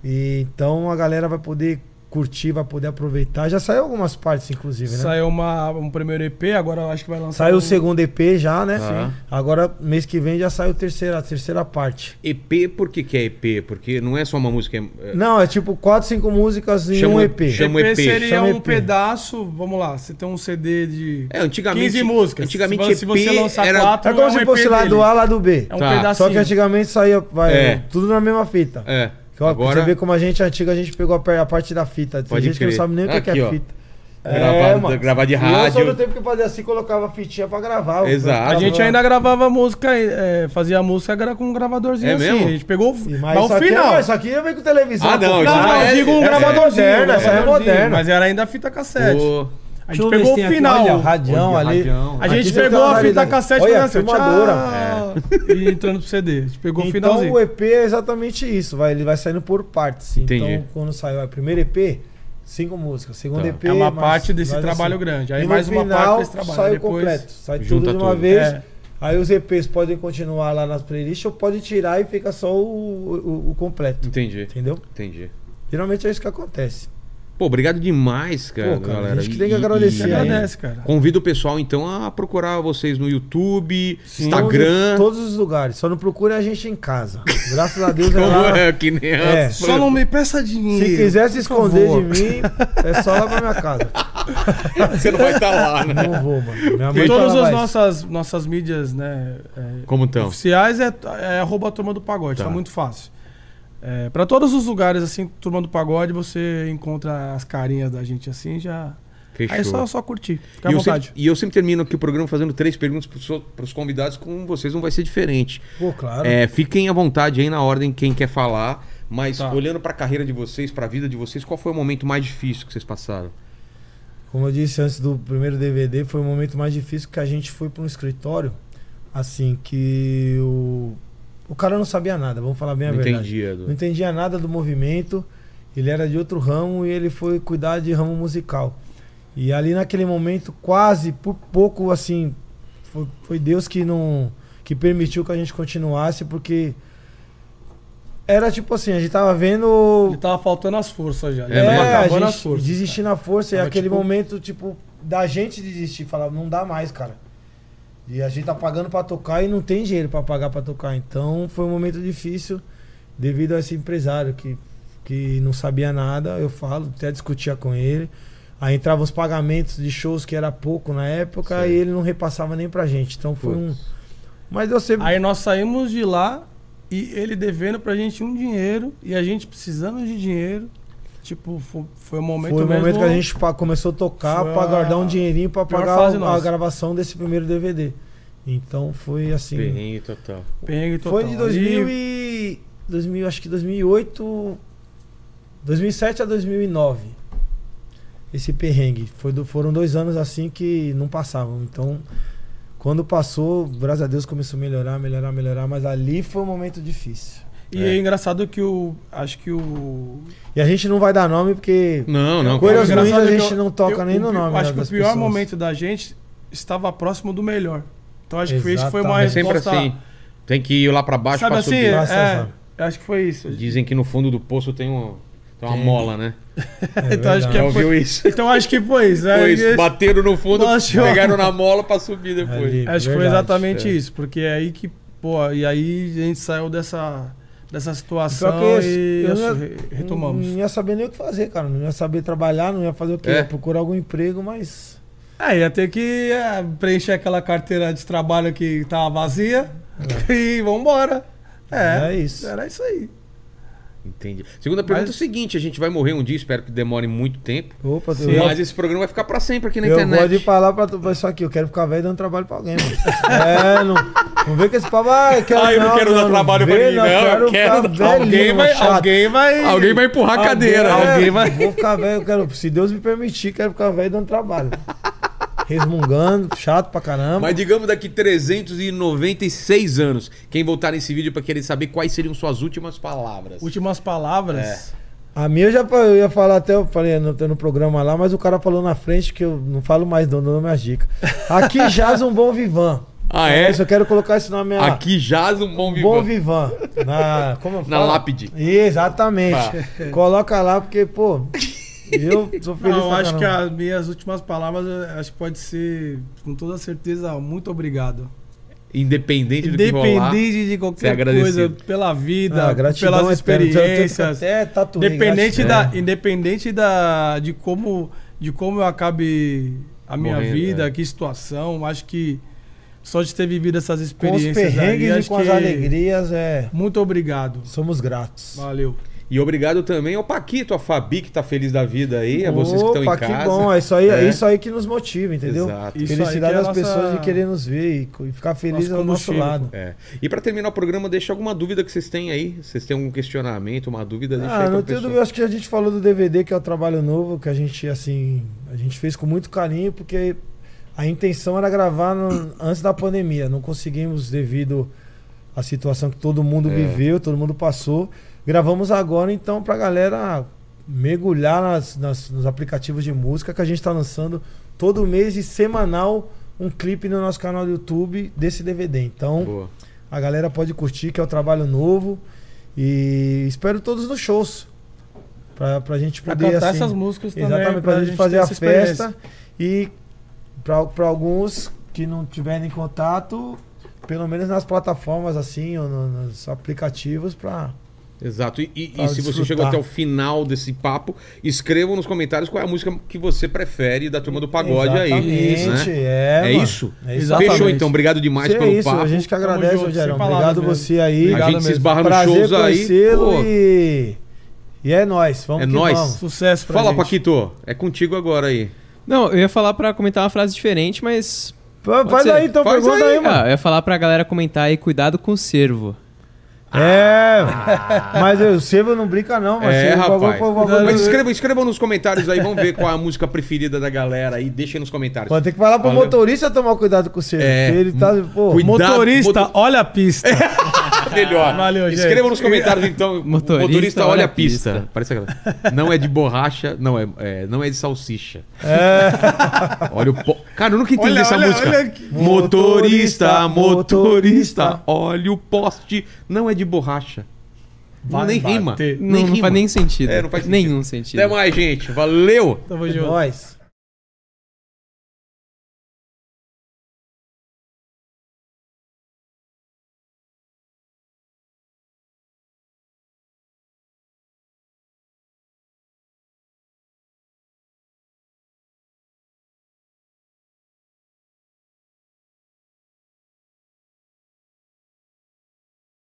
E então a galera vai poder curtir, vai poder aproveitar. Já saiu algumas partes inclusive, né? Saiu uma, um primeiro EP, agora eu acho que vai lançar. Saiu um- o segundo EP já, né? Tá. Sim. Agora mês que vem já sai o terceira, a terceira parte. EP, por que, que é EP? Porque não é só uma música. É... Não, é tipo quatro, cinco músicas em Chama- um EP. chama- um EP, seria chama um EP. pedaço, vamos lá, você tem um CD de É, antigamente. 15 músicas. Antigamente, se, vo- se EP você lançar era- quatro, É como um se EP fosse lá do dele. A lá do B. É um Tá. pedacinho. Só que antigamente saía vai, É. tudo na mesma fita. É. Ó, Você vê Agora. como a gente antiga, a gente pegou a per- a parte da fita. Tem Pode gente que crer. não sabe nem o que Aqui, que é ó. fita. É, Gravar- mano. gravar de E Eu sou rádio. do tempo que fazia assim, colocava fitinha pra gravar. Exato. A gente ainda gravava música, é, fazia música gra- com um gravadorzinho É assim. mesmo? A gente pegou Sim, mas o aqui um final. É, isso aqui veio com televisão. Ah, não, pô. isso Não, não, Ah, é- eu digo um é- gravadorzinho. moderna, essa é gravadorzinho, moderna. Mas era ainda fita cassete. Pô, A gente pegou o final. Olha, radião Olha, ali. radião. A Aqui gente você tem pegou uma a fita raridade. cassete Olha, fazendo assim, ó, filmadora. tchau, É. E entrando pro CD. A gente pegou o Então finalzinho. o EP é exatamente isso, vai, ele vai saindo por partes. Entendi. Então quando saiu o primeiro EP, cinco músicas, segundo Tá. EP É uma mais- parte desse mais trabalho assim. grande. Aí E no mais uma final, parte desse trabalho. Sai o Depois- completo, sai Junta tudo de uma tudo. vez. É. Aí os EPs podem continuar lá nas playlists ou podem tirar e fica só o, o- o completo, entendi. entendeu? Entendi. Geralmente é isso que acontece. Pô, obrigado demais, cara. Pô, cara, a galera. gente que tem que E- agradecer né? e- aí. Agradece, cara. Convido o pessoal, então, a procurar vocês no YouTube, Sim. Instagram. Todos, todos os lugares, só não procure a gente em casa. Graças a Deus é Como lá. é que nem É. as- Só não me peça dinheiro. Se quiser se por esconder de favor. mim, é só lá pra minha casa. Você não vai estar lá, né? Não vou, mano. Minha mãe Todas fala as mais. nossas, nossas mídias, né? é, Como estão? oficiais é, é arroba turma do pagode, tá, Então. Tá. muito fácil. É, para todos os lugares, assim, turma do pagode, você encontra as carinhas da gente assim, já. Fechou. Aí é só, só curtir. Fica à e, eu vontade. sempre, e eu sempre termino aqui o programa fazendo três perguntas para os convidados, com vocês não vai ser diferente. Pô, claro. É, fiquem à vontade aí na ordem quem quer falar, mas Tá. olhando para a carreira de vocês, para a vida de vocês, qual foi o momento mais difícil que vocês passaram? Como eu disse antes do primeiro DVD, foi o momento mais difícil que a gente foi para um escritório, assim, que o, o cara não sabia nada, vamos falar É bem a não verdade. entendi, Edu. Não entendia nada do movimento, ele era de outro ramo e ele foi cuidar de ramo musical. E ali naquele momento, quase, por pouco, assim, foi, foi Deus que não que permitiu que a gente continuasse, porque era tipo assim, a gente tava vendo Ele tava faltando as forças já. É, já né? tava a acabando gente as forças. desistir na força. Tava, é aquele tipo- momento, tipo, da gente desistir. Falar, não dá mais, cara. E a gente tá pagando pra tocar e não tem dinheiro pra pagar pra tocar. Então foi um momento difícil devido a esse empresário que, que não sabia nada. Eu falo, até discutia com ele. Aí entravam os pagamentos de shows que era pouco na época Sei. e ele não repassava nem pra gente. Então foi um. Putz. Mas eu sempre. Aí nós saímos de lá e ele devendo pra gente um dinheiro e a gente precisando de dinheiro. Tipo, fo- foi, o momento Foi o momento mesmo- que a gente pa- começou a tocar Foi pra a guardar um dinheirinho pra pior pagar fase o- a nossa. gravação desse primeiro DVD. Então foi assim. Perrengue total. Perrengue total. Foi de E 2000 e 2000, acho que 2008, 2007 a 2009. Esse perrengue. Foi do- foram dois anos assim que não passavam. Então, quando passou, graças a Deus começou a melhorar, melhorar, melhorar. Mas ali foi um momento difícil. E é. engraçado que o. Acho que o. é E a gente não vai dar nome porque Não, não. Coisa claro. Coisas ruins a Engraçado que gente não toca nem o no pi- nome, Acho né, que o das pior pessoas. momento da gente estava próximo do melhor. Então acho que foi isso foi uma É Exatamente. sempre resposta. assim. Tem que ir lá para baixo Sabe para assim? subir. Nossa, é, sabe. acho que foi isso. Dizem que no fundo do poço tem, um, tem uma mola, né? então, acho que Já é, foi, ouviu isso? então acho que foi isso. né? Pois, Esse- bateram no fundo, Nossa, pegaram na mola pra subir depois. Ali. Acho que foi Verdade, exatamente é. isso, porque é aí que, pô, e aí a gente saiu dessa, dessa situação Só que esse- e eu assu- não- re- retomamos. Não ia saber nem o que fazer, cara. Não ia saber trabalhar, não ia fazer o quê? É. Ia procurar algum emprego, mas. É, ia ter que é, preencher aquela carteira de trabalho que tava vazia e vambora. É, É isso. era isso aí. Entendi. Segunda pergunta é Mas- o seguinte: a gente vai morrer um dia, espero que demore muito tempo. Opa, tu Mas esse programa vai ficar pra sempre aqui na eu internet. gosto de falar pra tu, mas só que eu quero ficar velho dando trabalho pra alguém, mano. é, não, não vê que esse papo, ah, eu quero, Ah, eu não quero dar trabalho pra vê, mim, não, eu quero ficar dar- alguém velhinho, vai- chato. alguém vai- alguém vai empurrar a cadeira, é, alguém vai- Vou ficar velho, eu quero, se Deus me permitir, quero ficar velho dando trabalho. Resmungando, chato pra caramba. Mas digamos daqui 396 anos, quem voltar nesse vídeo pra querer saber quais seriam suas últimas palavras. Últimas palavras. A minha eu já fa- eu ia falar até, eu falei no, no programa lá, mas o cara falou na frente que eu não falo mais, não, dando minhas dicas. Aqui jaz um bom vivan. Ah, é? Isso, eu quero colocar isso na minha. Aqui jaz um bom vivo. é Bom vivan. Na, como eu Na falo? lápide. Exatamente. Coloca lá, porque, pô, eu sou Não, feliz. eu pra acho que as caramba. minhas últimas palavras, eu acho que pode ser, com toda certeza, muito obrigado. Independente do que rolar. Independente de você é qualquer agradecido. coisa, pela vida, Ah, gratidão, pelas espero. Eu tenho experiências. Até tatuei, Independente, gratidão. da, independente da, de, como, de como eu acabe a minha Morrendo, vida, é. que situação, acho que só de ter vivido essas Com os experiências. aí, perrengues acho e com as que- alegrias, é. Muito obrigado. Somos gratos. Valeu. E obrigado também ao Paquito, a Fabi, que tá feliz da vida aí, a vocês que estão em Opa, casa. que bom. É isso, aí, é É. isso aí que nos motiva, entendeu? Exato. Isso aí que é Felicidade a das nossa- pessoas de querer nos ver e co- e ficar feliz Nosso ao nosso combustível. lado. É. E pra terminar o programa, deixa alguma dúvida que vocês têm aí. Vocês têm algum questionamento, uma dúvida, deixa aí Ah, pra não tenho pessoa. dúvida. Acho que a gente falou do DVD, que é o trabalho novo, que a gente, assim, a gente fez com muito carinho, porque a intenção era gravar no- antes da pandemia. Não conseguimos devido à situação que todo mundo É. viveu, todo mundo passou. Gravamos agora, então, pra galera mergulhar nas- nas- nos aplicativos de música que a gente tá lançando todo mês e semanal um clipe no nosso canal do YouTube desse DVD. Então, Boa. a galera pode curtir, que é o trabalho novo. E espero todos nos shows. Pra, pra gente Pra poder. cantar assim, essas músicas também. Exatamente, pra, gente ter fazer a essa experiência. festa. E pra, pra alguns que não tiverem contato, pelo menos nas plataformas, assim, ou no- nos aplicativos, pra. Exato. E, e- e Pra se você desfrutar. chegou até o final desse papo, escrevam nos comentários qual é a música que você prefere da turma do pagode aí. Exatamente, né? é. É mano. isso? É isso. Exatamente. Fechou então, obrigado demais Isso é pelo isso, papo. a gente que Tamo agradece, junto, Rogério. sem palavras Obrigado mesmo. você aí. A gente se esbarra nos Prazer shows aí. Pô. conhecê-lo e... e é nóis. Vamos É que nóis. vamos. Sucesso pra Fala, gente. Paquito. É contigo agora aí. Não, eu ia falar pra comentar uma frase diferente, mas. Fa- Pode Faz ser. aí, então, Faz pergunta aí, aí, mano. Ah, eu ia falar pra galera comentar aí, cuidado com o cervo. É, mas o Sebo não brinca não, Ah, mas É, Sebo, por favor, rapaz. por favor. Mas escrevam, escrevam nos comentários aí, vamos ver qual é a música preferida da galera aí. Deixem nos comentários. Pô, tem que falar pro Valeu. motorista tomar cuidado com o Sebo, É, porque ele tá, pô, cuida- Cuidado, Motorista, motor- olha a pista. Ah, Melhor. Valeu, gente. Escrevam nos comentários, então. Motorista, Motorista, olha, olha a a pista. pista. Parece aquela. Não é de borracha, não é, é, não é de salsicha. Olha o. Po... Cara, eu nunca entendi É. Olha, essa olha, música. olha aqui. Motorista, Motorista, motorista, motorista. olha o poste, não é de borracha. Vai nem bater. rima. Não, não faz nem sentido. É, não faz Nenhum sentido. Até mais, gente. Valeu! é Tamo junto. nós.